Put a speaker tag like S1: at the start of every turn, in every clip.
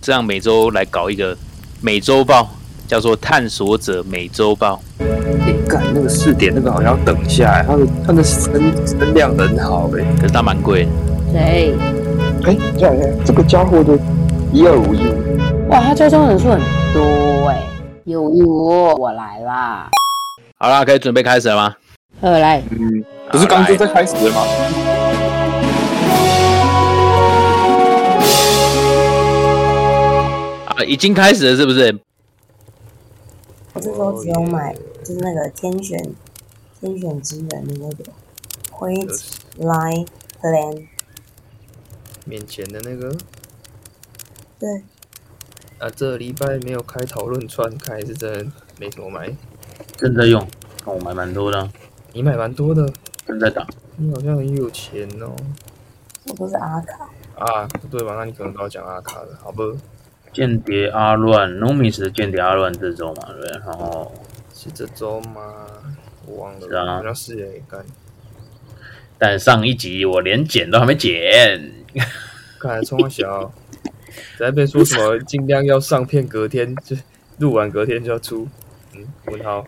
S1: 这样每周来搞一个每周报，叫做《探索者每周报
S2: 你干哎那个试点那个好像要等一下、欸，它的它的声声量很好哎、》，
S1: 可是它蛮贵的。
S3: 谁？
S2: 哎、这样看这个家伙的一二五一五，
S3: 哇，他追踪人数很多哎、
S4: 欸
S3: 有我我来啦，
S1: 好啦，可以准备开始了吗？
S3: 二来，
S2: 嗯，不是刚就在开始了吗？
S1: 啊，已经开始了是不是？
S5: 我是
S6: 哦
S5: 说只有买，就是那个天选天选之人的那个 White Line Plan，
S6: 面前的那个
S5: 对，
S6: 啊，这礼拜没有开讨论串，开是真的没什么买。
S7: 正在用，
S6: 哦
S7: 看我买蛮多的啊，
S6: 你买蛮多的，
S7: 正在打。
S6: 你好像很有钱哦。
S5: 我都是阿卡，
S6: 啊，不对吧？那你可能都要讲阿卡的，好不？
S7: 间谍阿乱 n o m i s 的间谍阿乱这种嘛，对不对，然后
S6: 是这周吗？我忘
S7: 是
S6: 了，
S7: 啊
S6: 好像是诶，干
S7: 但上一集我连剪都还没剪，
S6: 看来冲啊小， 在被说什么尽量要上片，隔天就录完隔天就要出。嗯，文豪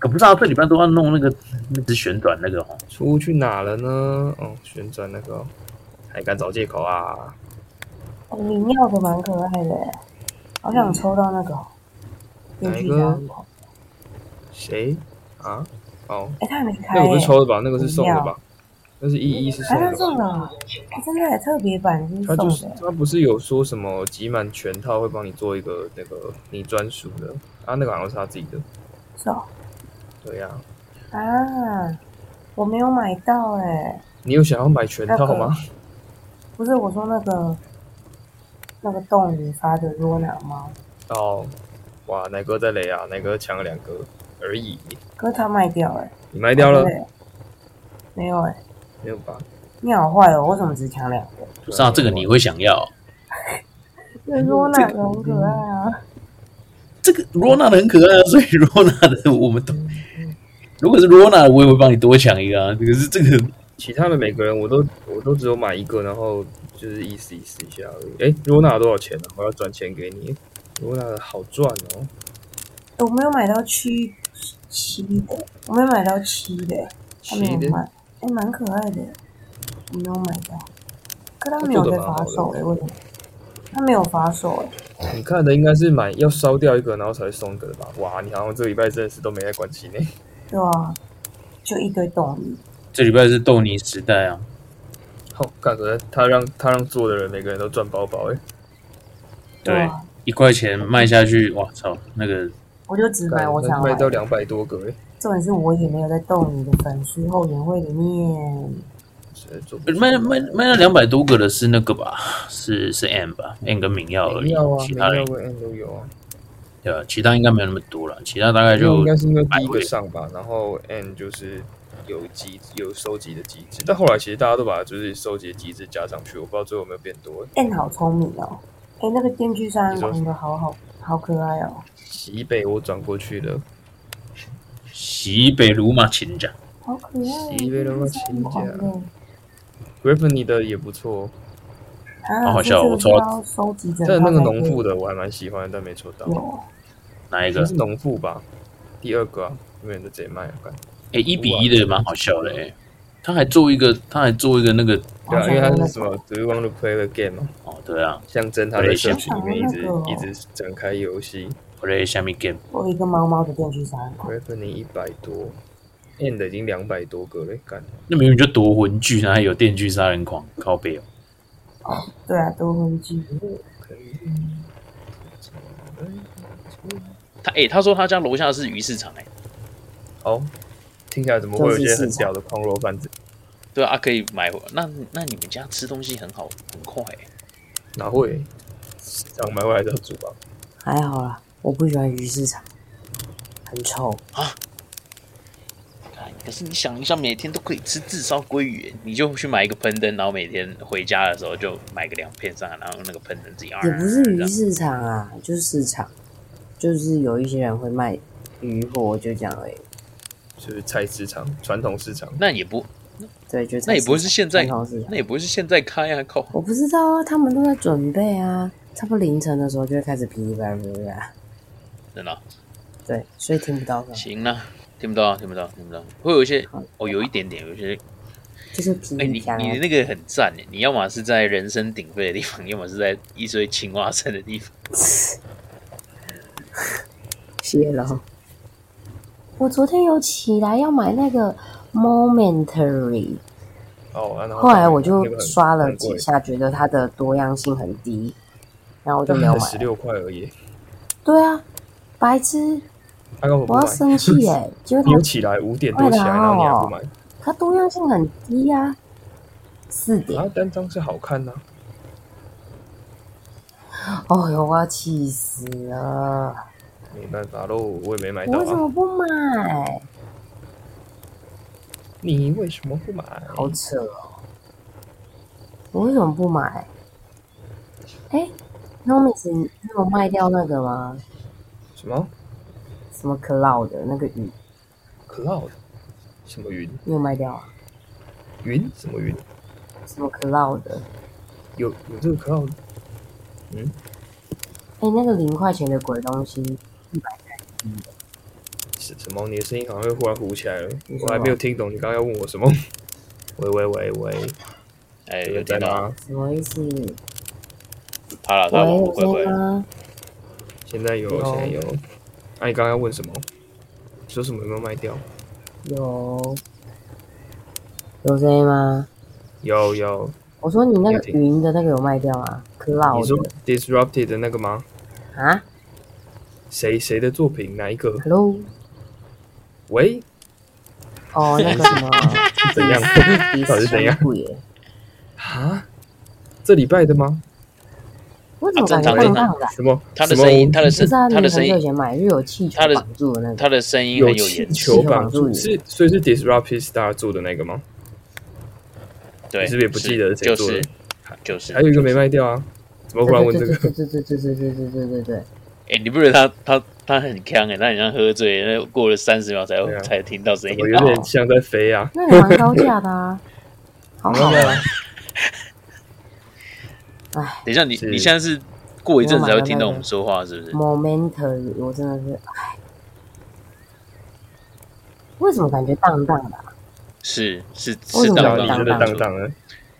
S7: 可不知道这礼拜都要弄那个那只旋转那个哦，
S6: 出去哪了呢？哦，旋转那个哦、还敢找借口啊？
S5: 哦你尿的蛮可爱的欸，好想抽到那个哦
S6: 嗯哪
S5: 编
S6: 一
S5: 剧
S6: 个
S5: 家伙，
S6: 谁啊？哦，
S5: 哎，他还没开
S6: 那个不
S5: 欸，哎
S6: 是抽的吧？那个是送的吧？那是一一是送
S5: 还
S6: 的
S5: 是
S6: 吧？
S5: 中了，他哎真的欸特别版就是
S6: 他
S5: 送
S6: 就是
S5: 的，
S6: 他不是有说什么集满全套会帮你做一个那个你专属的啊？那个好像是他自己的，
S5: 是哦，
S6: 对呀、
S5: 啊，我没有买到哎，
S6: 你有想要买全套吗？
S5: 不是我说那个那个洞里发的若拿猫，
S6: 哦，哇，奶哥在雷啊，奶哥抢了两个而已，
S5: 可是他卖掉哎，
S6: 你卖掉了
S5: 对没有哎。
S6: 没有吧？啊
S5: 你好坏哦，为什么只抢两个？
S7: 不知道啊这个你会想要。
S5: 那罗娜很可爱啊，
S7: 这个 Rona 的很可爱啊，所以 Rona 的我们都，如果是 Rona，我也会帮你多抢一个啊。可是这个
S6: 其他的每个人我都我都只有买一个，然后就是意思意思一下而已。哎，罗娜多少钱呢、我要转钱给你。罗娜的好赚哦，
S5: 我没有买到七七的，我没有买到七的，他没
S6: 七
S5: 有
S6: 的
S5: 卖，哎、蛮可爱的，我没有买到，可他
S6: 他
S5: 没有
S6: 做
S5: 在
S6: 得蛮
S5: 发
S6: 好
S5: 售哎、为什么？他没有发售哎、
S6: 你看的应该是买要烧掉一个，然后才会送一个的吧？哇，你好像这个礼拜真的是都没在管 期内。
S5: 对啊，就一堆动力，
S7: 这礼拜是豆泥时代啊，
S6: 好、感觉他让他让做的人每个人都赚包包哎、
S7: 对
S5: 对啊，
S7: 一块钱卖下去，哇操，那个
S5: 我就只买
S6: 干
S5: 我
S6: 他
S5: 想
S6: 卖
S5: 买
S6: 掉
S5: 的，
S6: 两百多个哎、
S5: 重点是我也没有在动你的粉丝后援会里面，
S6: 实在做不出
S7: 呃卖卖卖了两百多个的是那个吧，是是 M 吧，M 跟明耀而
S6: 没
S7: 已，
S6: 有啊，
S7: 其
S6: 没
S7: 他
S6: 有
S7: 人
S6: 跟 N 都有啊，
S7: 对啊，其他应该没有那么多了，其他大概
S6: 因为
S7: 就
S6: 应该是因为第一
S7: 百位
S6: 个上吧，然后 N 就是有机有收集的机制，但后来其实大家都把就是收集的机制加上去，我不知道最后有没有变多、哎
S5: 哎、好聪明哦，哎、那个电锯杀人
S6: 你说
S5: 狂的好好好可爱哦。
S6: 西北我转过去了，
S7: 西北鲁马琴讲，
S5: 好可爱哦，
S6: 喜悦的
S5: 真是
S6: 亲
S5: 很狂
S6: 家
S5: 的
S6: Griffin 你的也不错，
S5: 啊，
S7: 好好
S5: 这
S7: 笑
S5: 个
S7: 我
S5: 是
S7: 抽到
S5: 要收集整
S6: 但
S5: 套
S6: 那个
S5: 才
S6: 农
S5: 可以
S6: 妇的我还蛮喜欢的，但没抽到，
S5: 有
S7: 哪一
S6: 应
S7: 个
S1: 嗯
S6: 该？是农妇吧，第二个啊，因为在这里卖啊，干
S7: 哎，一比一的也蛮好笑的哎、他还做一个，他还做一个那个，
S6: 对
S5: 好
S6: 啊，因为
S5: 像
S6: 它
S5: 那
S6: 是什
S5: 个
S6: 么 Do you want to play the game 嘛、
S7: 哦对啊，
S6: 象征他在社群里面一直
S5: 我也想玩
S6: 一
S5: 那个
S6: 直展开游戏
S7: 我在下面 game，
S5: 我有一个猫猫的电锯杀人狂，
S6: r e v e n u e 一百多，End 已经两百多个了，干
S7: 那明明就夺魂锯，然后还有电锯杀人狂，靠背哦，
S5: 对啊，多婚剧，
S6: 可以。
S1: 他诶、他说他家楼下是鱼市场诶、
S6: 哦，听起来怎么会有一些
S5: 就是
S6: 很
S5: 市场
S6: 屌的矿肉贩子？
S1: 对啊，啊可以买回。那那你们家吃东西很好，很快、欸。
S6: 哪会？市场买回来就要煮吧。
S3: 还好啦，我不喜欢鱼市场，很臭。
S1: 哎可是你想一下，每天都可以吃炙烧鲑鱼欸，你就去买一个喷灯，然后每天回家的时候就买个两片上来，然后用那个喷灯自己啊，
S3: 也不是
S1: 这
S3: 鱼
S1: 样
S3: 市场啊，就是市场，就是有一些人会卖鱼货，就这样而已。
S6: 就是菜市场、传统市场，
S1: 那也不
S3: 对，就
S1: 那也不是现在
S3: 传统市场
S1: 那也不会是现在开啊，靠！
S3: 我不知道啊，他们都在准备啊，
S4: 差不多凌晨的时候就会开始噼里啪啦噼里啪啦，
S1: 真的哦、
S4: 对，所以听不到的，
S1: 行了，听不到，听不到，听不到，会有一些哦，有一点点，有一些
S4: 就是噼
S1: 哎、你
S4: 里啪啦
S1: 你的。那个很赞耶，你要么是在人声鼎沸的地方，要么是在一堆青蛙声的地方。
S4: 谢了，
S8: 我昨天有起来要买那个 Momentary，
S6: 哦，啊然
S4: 后来我就
S6: 那个很
S4: 刷了
S6: 很贵
S4: 几下，觉得它的多样性很低，然后我就
S6: 但
S4: 没有买
S6: 十。六块而已。
S8: 对啊，白痴，
S6: 他干嘛不
S8: 我要
S6: 买？
S8: 生气耶、结果
S6: 你
S8: 它
S6: 有起来五点
S4: 哦
S6: 多起来，然后你还不买？
S8: 它多样性很低啊，四
S6: 然
S8: 点，
S6: 后单张是好看呐、啊，
S4: 哦哟，我要气死了！
S6: 没办法喽，我也没买
S8: 我
S6: 到
S8: 为什
S6: 啊。
S8: 么不买？
S6: 你为什么不买？
S4: 好扯哦！我为什么不买？哎、n o m i s 你有卖掉那个吗？
S6: 什么
S4: 什么 Cloud 的那个雨，
S6: cloud？什么云？
S4: 你有卖掉啊？
S6: 云什么云？
S4: 什么 Cloud 的？
S6: 有有这个 cloud？
S4: 哎、那个零块钱的鬼东西，
S6: 什什么？你的声音好像又忽然糊起来了
S4: 你，说
S6: 我还
S4: 吧
S6: 没有听懂你刚刚要问我什么。喂喂喂喂，
S1: 哎、
S6: 有
S1: 有
S6: 人
S1: 听
S6: 在
S1: 到？
S6: 吗？
S4: 什么意思？
S1: 好了，
S8: 喂，
S1: 他我
S8: 有
S1: 乖乖
S8: 声音。吗？
S6: 现在有，
S1: 哦
S4: 有
S6: 现在有。那、你刚刚要问什么？说什么有没有卖掉？
S4: 有有声音吗？
S6: 有有。
S4: 我说你那
S6: 有
S4: 个
S6: 听
S4: 云的那个有卖掉啊
S6: 你说
S4: ？Cloud 的
S6: disrupted 的那个吗？
S4: 啊
S6: 谁谁的作品？哪一个？
S4: ？Hello？
S6: 喂，
S4: 哦，那个什么
S6: 是怎样？
S4: 嗯
S6: 到底是怎样？
S4: 鬼耶？
S6: 啊？这礼拜的吗？
S4: 我怎么感
S1: 啊
S4: 觉
S1: 正常
S4: 棒棒的啊？
S6: 什么？
S1: 他的
S6: 什么
S1: 声音，他的
S4: 不
S1: 声，
S4: 是啊，你
S1: 他的声
S4: 很久以
S1: 音，
S4: 前买，就有气球
S1: 他的
S4: 绑住的那个。
S1: 他的声音
S6: 有
S1: 很有
S6: 气
S1: 延续。
S6: 球绑住，
S4: 气
S6: 是所以是 disrupted star 做的那个吗？
S1: 对，
S6: 你是不是也不记得是谁
S1: 就
S6: 做的
S1: 是就是。
S6: 还有一个没卖掉啊？怎么忽然问这个？
S4: 对对对对对对对对对对，
S1: 哎、你不觉得他他他很呛哎、他很像喝醉，那过了三十秒才、
S6: 对啊
S1: 才听到声音
S6: 我。有点像在飞啊！
S4: 那也蛮高价的啊，好好啊，
S1: 等一下，你
S6: 是
S1: 你现在是过一阵子才会听到
S4: 我买了那个
S1: 我们说话，是不是？
S4: momentary，我真的是，唉，为什么感觉荡荡的啊、
S1: 是是
S4: 为
S1: 是
S4: 什么
S1: 当
S6: 到
S4: 有
S6: 你
S1: 当
S4: 当
S6: 真的
S4: 当
S6: 当当了，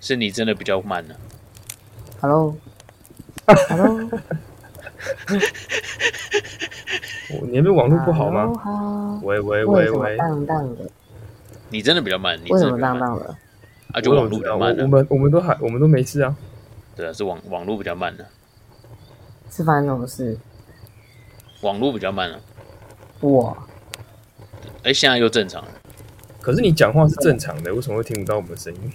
S1: 是你真的比较慢了、
S4: ？Hello，Hello，
S6: 我你那边网络不好
S1: 哦
S6: 吗？
S4: 吗？
S6: 喂
S4: 为
S6: 喂喂
S4: 什么
S6: 喂！
S4: 荡荡的？
S1: 你真的比较慢，你
S4: 为
S1: 真
S4: 什
S1: 的
S4: 么
S1: 比较
S4: 荡
S1: 慢
S4: 荡的？
S1: 啊？就
S6: 我怎
S1: 网络比
S6: 么知道？
S1: 较慢
S6: 我我
S1: 了、啊，
S6: 们我们都还我们都没事啊！
S1: 对啊，是网网络比较慢了、啊，
S4: 是发生什么事？
S1: 网络比较慢了、啊。
S4: 我
S1: 哎、现在又正常了，
S6: 可是你讲话是正常的，为什么会听不到我们的声音？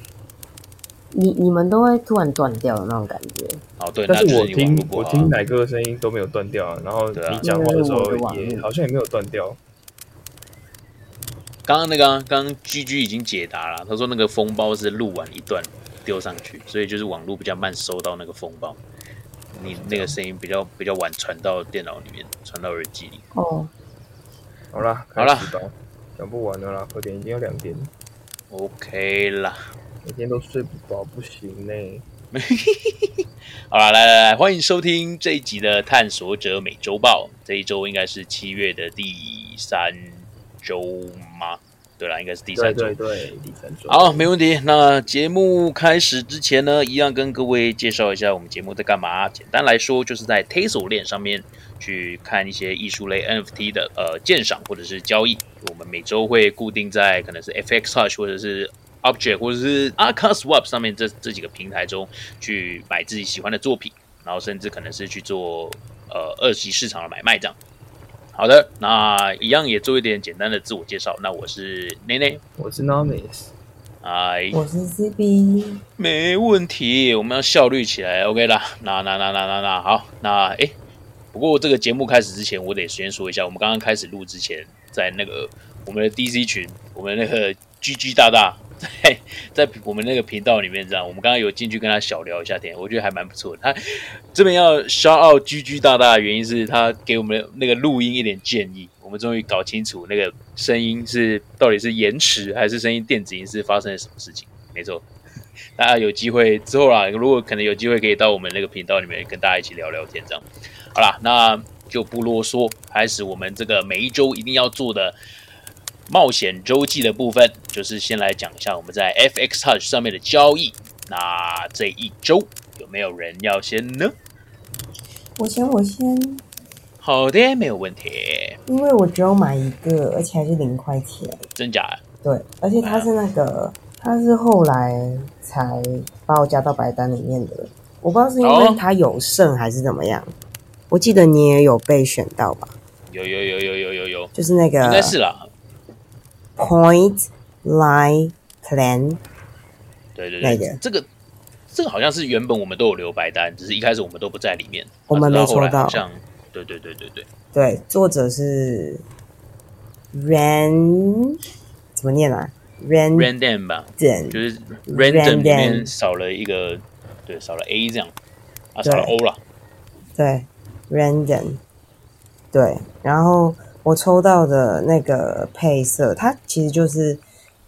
S4: 你你们都会突然断掉的那种感觉，
S1: 哦对，那
S6: 但
S1: 就是
S6: 我
S1: 是你网
S6: 听
S1: 络不
S6: 我
S1: 好
S6: 听
S1: 啊、
S6: 奶哥的声音都没有断掉啊，然后
S1: 对啊
S6: 你讲话的时候也
S4: 嗯
S6: 好像也没有断掉。
S1: 刚刚那个、啊，刚刚 G G 已经解答了，他说那个风暴是录完一段丢上去，所以就是网络比较慢收到那个风暴，你那个声音比较比较晚传到电脑里面，传到耳机里。
S4: 哦，
S6: 好啦，
S1: 好啦
S6: 开始吧，讲不完了啦，快点，已经要两点了，
S1: OK 啦，
S6: 每天都睡不饱，不行呢。
S1: 好啦，来来来，欢迎收听这一集的《探索者每周报》。这一周应该是七月的第三周吗？对啦，应该是第
S6: 对
S1: 三周
S6: 对。对，第三周。
S1: 好，没问题。那节目开始之前呢，一样跟各位介绍一下我们节目在干嘛。简单来说，就是在 Tassel 链上面去看一些艺术类 NFT 的呃鉴赏或者是交易。我们每周会固定在可能是 FX Touch 或者是 Object 或者是 a r c a Swap 上面这这几个平台中去买自己喜欢的作品，然后甚至可能是去做呃二级市场的买卖这样。好的，那一样也做一点简单的自我介绍。那我是内内，
S6: 我是 Nomis，
S1: 哎，
S4: 我是 CB。
S1: 没问题，我们要效率起来，OK 啦。那那那那那那好，那诶，不过这个节目开始之前，我得先说一下，我们刚刚开始录之前，在那个我们的 DC 群，我们那个 GG 大大在在我们那个频道里面，这样，我们刚刚有进去跟他小聊一下天，我觉得还蛮不错的。他这边要 shout out GG 大大的原因是他给我们那个录音一点建议，我们终于搞清楚那个声音是到底是延迟还是声音电子音是发生了什么事情。没错，大家有机会之后啦，如果可能有机会可以到我们那个频道里面跟大家一起聊聊天，这样。好啦，那就不啰嗦，开始我们这个每一周一定要做的冒险周记的部分，就是先来讲一下我们在 FX Touch 上面的交易。那这一周有没有人要先呢？
S5: 我先，我先，
S1: 好的，没有问题，
S5: 因为我只有买一个，而且还是零块钱。
S1: 真假的？
S5: 对，而且它是那个，它是后来才把我加到白单里面的。我不知道是因
S1: 哦
S5: 为它有剩还是怎么样。我记得你也有被选到吧？
S1: 有有有有有有有，
S5: 就是那
S1: 应
S5: 个
S1: 该是啦。
S5: Point Line Plan，
S1: 对对
S5: 那
S1: 对，
S5: 个
S1: 这个这个好像是原本我们都有留白单，只是一开始我们都不在里面，
S5: 我们没
S1: 然后后来
S5: 抽到
S1: 好像对对对对对，
S5: 对，作者是 Ran，怎么念啊
S1: random 吧，就
S5: ？Random，
S1: 是 random 里
S5: 嗯 Random
S1: 面少了一个，对，少了 A 这样，啊，少了 O 啦，
S5: 对，Random，对。然后我抽到的那个配色，它其实就是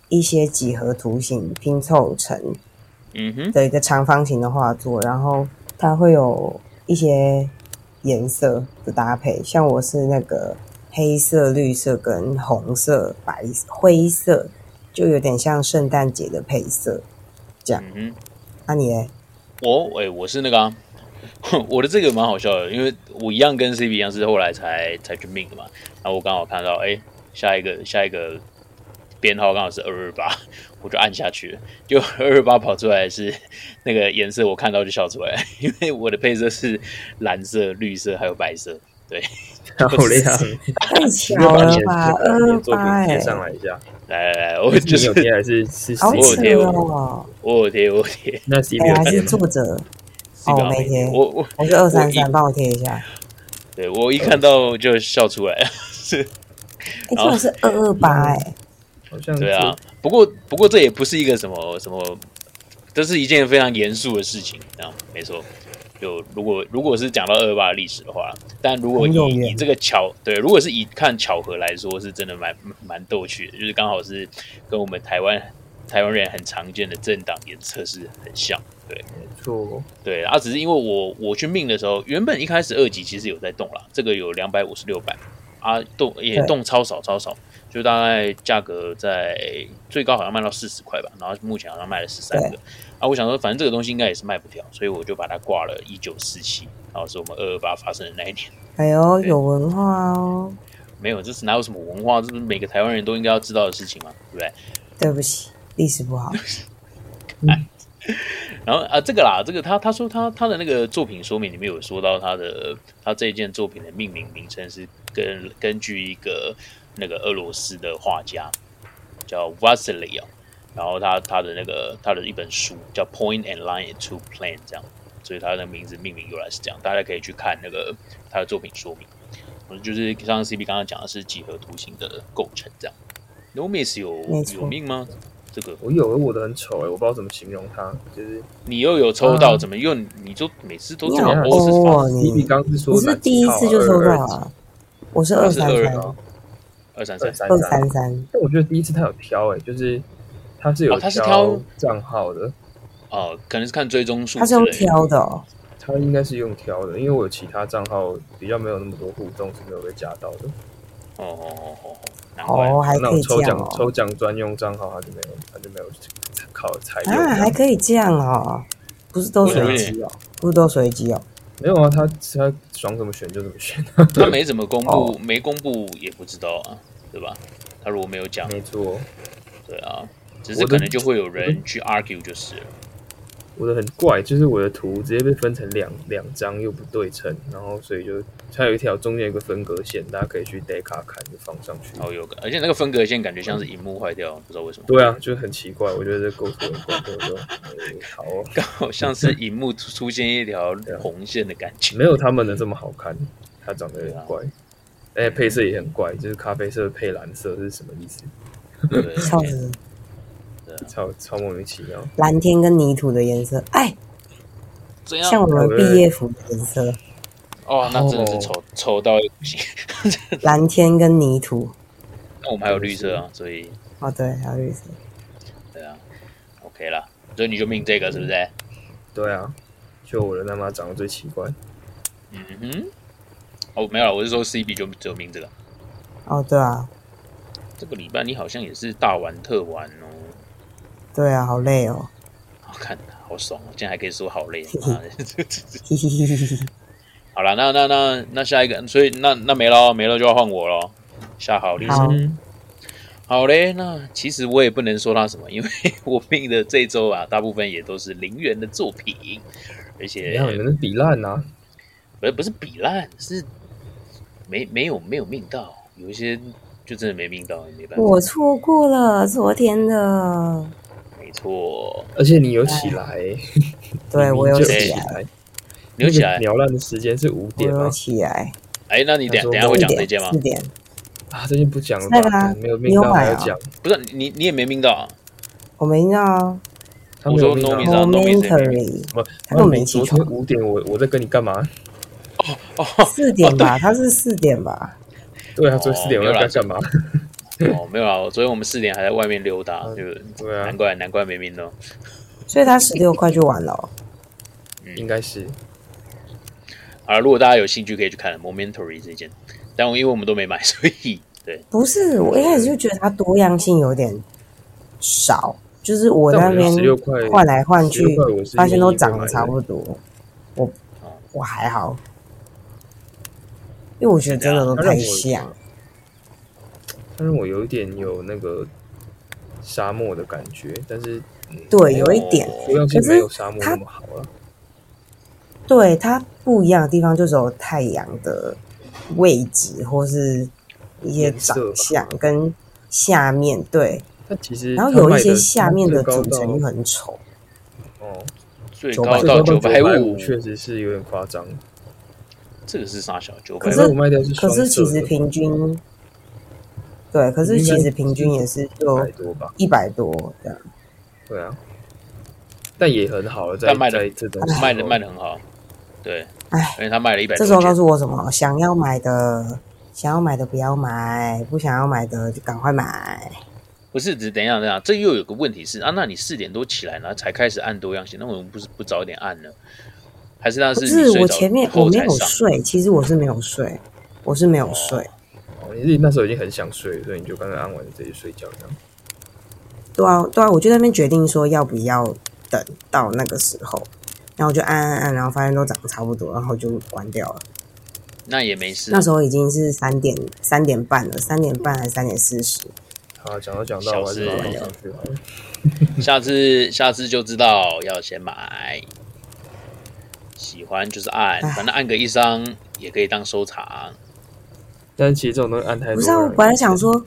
S5: 一些几何图形拼凑成
S1: 嗯哼，
S5: 的一个长方形的画作，然后它会有一些颜色的搭配，像我是那个黑色、绿色跟红色、白色灰色，就有点像圣诞节的配色。
S1: 嗯哼，
S5: 那、你嘞？
S1: 我哎、我是那个、啊， 我的这个蛮好笑的，因为我一样跟 CB 一样是后来才才去命的嘛，然后我刚好看到哎、下一个下一个编号刚好是二二八，我就按下去了，就二二八跑出来是那个颜色，我看到就笑出来，因为我的配色是蓝色、绿色还有白色，啊
S6: 然后嘞，
S5: 太巧
S6: 你就把
S5: 了吧，二
S6: 你的那个作品
S5: 八哎
S6: 贴，上来一下，
S1: 来来来，我
S6: 是
S1: 就
S6: 你有
S1: 是
S6: 贴还是是
S5: 好
S6: CB 有
S1: 贴
S5: 扯
S6: 贴？
S5: 哦！
S1: 我有贴我有贴，
S6: 那 CB
S5: 哎，还
S6: 有贴
S5: 是
S6: 吗？
S5: 作者，
S1: CB
S5: 哦
S1: 好像没
S5: 没贴
S1: 我我
S5: 还是二三
S1: 我
S5: 三？帮我贴一下。
S1: 对我一看到就笑出来，是。
S5: 哎，这个是二二八哎，
S6: 好像
S1: 对啊，不过不过这也不是一个什么什么，这是一件非常严肃的事情啊，没错。就如果如果是讲到二八的历史的话，但如果
S5: 很有
S1: 以
S5: 缘
S1: 以这个巧对，如果是以看巧合来说，是真的蛮蛮逗趣的，就是刚好是跟我们台湾台湾人很常见的政党颜色是很像。
S6: 没错，
S1: 对，啊，只是因为我我去命的时候，原本一开始二级其实有在动啦，这个有两百五十六百啊，动也
S5: 对
S1: 动超少超少，就大概价格在最高好像卖到四十块吧，然后目前好像卖了十三个啊，我想说反正这个东西应该也是卖不掉，所以我就把它挂了一九四七，然后是我们二二八发生的那一年。
S5: 哎呦，
S1: 对
S5: 有文化哦。
S1: 没有，这是哪有什么文化？这不是每个台湾人都应该要知道的事情嘛，对不对？
S5: 对不起，历史不好。
S1: 然后啊，这个啦，这个他他说他他的那个作品说明里面有说到他的他这一件作品的命名名称是根根据一个那个俄罗斯的画家叫 Vasily 哦，然后他他的那个他的一本书叫《Point and Line to Plan》这样，所以他的名字命名由来是这样，大家可以去看那个他的作品说明。嗯就是刚刚 CB 刚刚讲的是几何图形的构成这样。No Miss 有
S5: 没错
S1: 有命吗？这个
S6: 我有，我的很丑哎、我不知道怎么形容它，就是
S1: 你又有抽到，
S5: 嗯
S1: 怎么又你就每次都
S5: 你
S1: 这
S5: 好
S1: 么
S6: 样
S1: 欧是
S5: 欧
S1: 法
S5: 哦，
S6: 你
S5: 你
S6: 你刚是说
S5: 你是第一次就抽到啊？我是二
S1: 是
S5: 三
S1: 二
S5: 三，
S1: 二三
S6: 二
S1: 三，
S6: 三
S5: 二
S6: 三，
S5: 三三，
S6: 但我觉得第一次他有挑哎、就是他是
S1: 哦
S6: 有
S1: 他是挑
S6: 账号的，
S1: 哦，可能是看追踪数
S5: 他是
S1: 之类
S5: 用
S1: 的，
S5: 挑的哦。
S6: 他应该是用挑的，因为我有其他账号比较没有那么多互动是没有被加到的。
S1: 哦哦哦哦哦，难怪
S5: 哦，还可
S6: 那种
S5: 以这
S6: 抽
S5: 样
S6: 奖、
S5: 哦，
S6: 抽奖专用账号他就没有，他就没有考采用
S5: 啊，
S6: 这
S5: 还
S6: 样。
S5: 可以这样哦，不是都随机哦，不是都随机哦，
S6: 没有啊，他他爽怎么选就怎么选，
S1: 他没怎么公布，
S5: 哦
S1: 没公布也不知道啊，对吧？他如果没有讲，
S6: 啊没错。哦
S1: 对啊，只是
S6: 嗯我的
S1: 可能就会有人去 argue 就是了。
S6: 我的很怪，就是我的图直接被分成两两张又不对称，然后所以就它有一条中间有一个分隔线，大家可以去 d a 卡看就放上去。
S1: 哦，有个，而且那个分隔线感觉像是荧幕坏掉，不知道为什么，
S6: 对啊，就很奇怪，我觉得这构图很怪，所以我就、哎 好哦、
S1: 刚好像是荧幕出出现一条红线的感觉。
S6: 没有他们的这么好看，它长得有
S1: 对啊
S6: 点怪，哎、配色也很怪，就是咖啡色配蓝色是什么意思？
S1: 对
S5: 超级
S6: 超超莫名其妙。
S5: 蓝天跟泥土的颜色，哎，
S1: 这
S5: 像
S1: 样
S5: 我们毕业服的颜色，
S1: 哦，那真的是丑丑到一个不行。
S5: 蓝天跟泥土，
S1: 那我们还有绿色啊，所以
S5: 哦对，还有绿色，
S1: 对啊，OK 啦。所以你就命这个是不是？
S6: 对啊，就我的他妈长得最奇怪。
S1: 嗯哼，哦，没有了，我是说 CB 就只有命这个。
S5: 哦，对啊，
S1: 这个礼拜你好像也是大玩特玩哦，
S5: 对啊，好累哦，
S1: 好看，好爽哦！竟然还可以说好累，妈的
S5: 嘿嘿嘿嘿嘿。
S1: 好了，那那那那下一个，所以那那没了，没了就要换我了。下好李
S5: 好
S1: 生，好嘞。那其实我也不能说他什么，因为 我命的这周啊，大部分也都是零元的作品，而
S6: 你
S1: 且
S6: 哎看你们比烂啊，
S1: 不是不是比烂，是没没有没有命到，有一些就真的没命到，也没办法。
S5: 我错过了昨天的，
S1: 没错，
S6: 而且你有起来、
S5: 对
S6: 你
S5: 我有
S6: 就
S5: 起
S6: 起
S5: 来，
S6: 来，
S1: 你有起来
S6: 那个鸟烂的时间是五
S5: 我
S6: 点啊
S5: 有
S6: 吗？
S5: 起来，
S1: 哎，那你等
S6: 他说
S1: 等一下会
S5: 四
S1: 讲这件
S5: 点
S1: 吗
S5: 四？点，
S6: 啊，最近不讲了
S5: 那个啊
S6: 吧？没有命
S5: 你有
S6: 到还
S5: 买
S6: 要
S5: 啊
S6: 讲，
S1: 不是你你也没命到啊，
S5: 我没闹啊
S6: 他没有
S1: 我说
S6: 命到
S1: Nomi 上
S6: 啊。
S5: momentary
S6: 不，
S5: 哦他跟我们
S6: 你
S5: 一起
S6: 昨
S5: 床
S6: 天五点，我我在跟你干嘛？
S5: 四点
S6: 哦
S5: 吧，他是四点吧，
S6: 对啊，昨天四点
S1: 哦
S6: 我在
S1: 没有啦
S6: 干干嘛？
S1: 哦，没有啊，我昨天我们四点还在外面溜达，就
S6: 对啊
S1: 难，怪难怪没命到。
S5: 所以他十六块就完了哦。
S6: 应该是
S1: 好了，如果大家有兴趣，可以去看《Momentary》这件，但我因为我们都没买， 所以对，
S5: 不是，我一开始就觉得它多样性有点少，就是我在那边
S6: 但我觉得16块
S5: 换来换去
S6: 16块我，是
S5: 发现都长
S6: 愿
S5: 得
S6: 意买的
S5: 差不多。我我还好，因为我觉得真的都太
S6: 哎
S5: 像。
S6: 他让我有一点有那个沙漠的感觉，但是
S5: 对，
S6: 哦
S5: 有一
S1: 哦
S5: 点，
S6: 多样性
S5: 哦可是
S6: 没有沙漠那么好啊了。
S5: 对它不一样的地方就是有太阳的位置，或是一些
S6: 颜色
S5: 长
S6: 吧
S5: 相跟下面对，
S6: 但其实
S5: 然后
S6: 它
S5: 有一
S6: 卖
S5: 些
S6: 的
S5: 下面的
S6: 最高
S5: 组
S6: 到
S5: 成就很丑。
S6: 哦，
S1: 最
S5: 900
S1: 高到九
S6: 百
S1: 百
S6: 五
S1: 五，
S6: 确实是有点夸张。
S1: 这个是啥小九百
S5: 可
S6: 可
S5: 是
S6: 是我卖掉是
S5: 可
S6: 双色
S5: 是其
S6: 的
S5: 实平均，对，可是其实平均也是就
S6: 百多吧，
S5: 一百多这样。
S6: 对啊，但也很好了，在
S1: 但卖得哎
S6: 在这种
S1: 卖的卖
S6: 的
S1: 的很好，对，
S5: 唉
S1: 而且他卖了一百
S5: 这
S1: 多
S5: 时候告
S1: 件，
S5: 诉我什么？想要买的，想要买的不要买，不想要买的就赶快买。
S1: 不是只等一下等一下，这又有个问题是啊，那你四点多起来呢才开始按多样性，那我们不是不早点按呢？还是那
S5: 不
S1: 你
S5: 是
S1: 睡
S5: 我
S1: 着
S5: 前面我
S1: 后
S5: 没
S1: 才
S5: 有
S1: 上？
S5: 睡，其实我是没有睡，我是没有睡。
S6: 哦，你自己那时候已经很想睡，所以你就刚刚按完直接睡觉这样。
S5: 对啊，对啊，我就在那边决定说要不要等到那个时候，然后我就按按按，然后发现都长得差不多，然后就关掉了。
S1: 那也没事，
S5: 那时候已经是三点三点半了，三点半还是三点四十。
S6: 好，啊讲到讲到，我还是
S1: 小
S6: 把
S1: 事啊
S6: 它放上去好了。
S1: 下次下次就知道要先买，喜欢就是按，
S5: 唉
S1: 反正按个一张也可以当收藏。
S6: 但其实这种东西按太多，
S5: 不是啊，我本来想，说，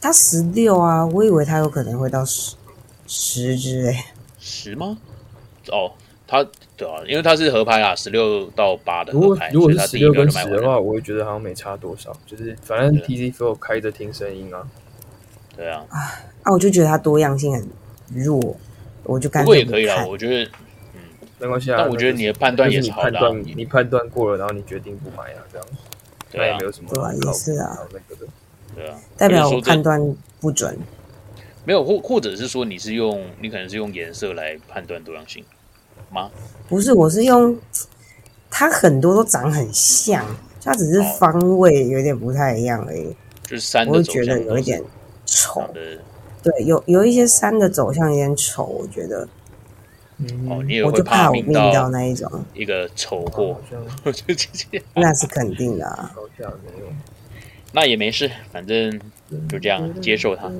S5: 他十六啊，我以为他有可能会到十十之类。
S1: 十吗？哦，它对啊，因为它是合拍啊，十六到八的
S6: 如
S1: 合
S6: 果
S1: 拍，
S6: 如
S1: 所
S6: 果
S1: 以
S6: 是
S1: 它
S6: 十
S1: 第一
S6: 六
S1: 个
S6: 跟
S1: 就买
S6: 十
S1: 完
S6: 的
S1: 了。
S6: 话，我会觉得好像没差多少，就是反正
S1: 对啊
S6: PC Flow 开着听声音啊，
S1: 对啊，
S5: 啊，我就觉得它多样性很弱，我就
S1: 不
S5: 干
S1: 过
S5: 脆
S1: 也可以啦，
S5: 看
S1: 我觉得。
S6: 没关系啊。
S1: 但我觉得你的判断
S6: 就
S1: 也
S6: 是你
S1: 是好
S6: 判
S1: 的啊、
S6: 断你判断过了，然后你决定不买啊，这样那
S1: 对
S6: 也
S1: 啊
S6: 没，有什么
S5: 对啊也
S6: 好
S5: 是啊
S6: 好那个的。
S1: 对啊，
S5: 代表
S1: 或者
S5: 我
S1: 说
S5: 判
S1: 这
S5: 断不准。
S1: 没有，或或者是说你是用你可能是用颜色来判断多样性吗？
S5: 不是，我是用它很多都长很像，它只是
S1: 哦
S5: 方位有点不太一样而已，
S1: 就是三
S5: 我
S1: 的
S5: 会
S1: 走
S5: 觉得
S1: 向
S5: 有一点丑
S1: 长。得
S5: 对，有有一些山的走向有点丑，我觉得
S1: 哦，
S6: 嗯，
S1: 你也
S5: 我
S1: 会
S5: 就怕我
S1: 命
S5: 命到
S1: 到
S5: 那一种，
S1: 一个丑货
S6: 好。像
S1: 我就直接
S5: 那是肯定的啊。
S6: 好像没有。
S1: 那也没事，反正就这
S5: 嗯
S1: 样接受它。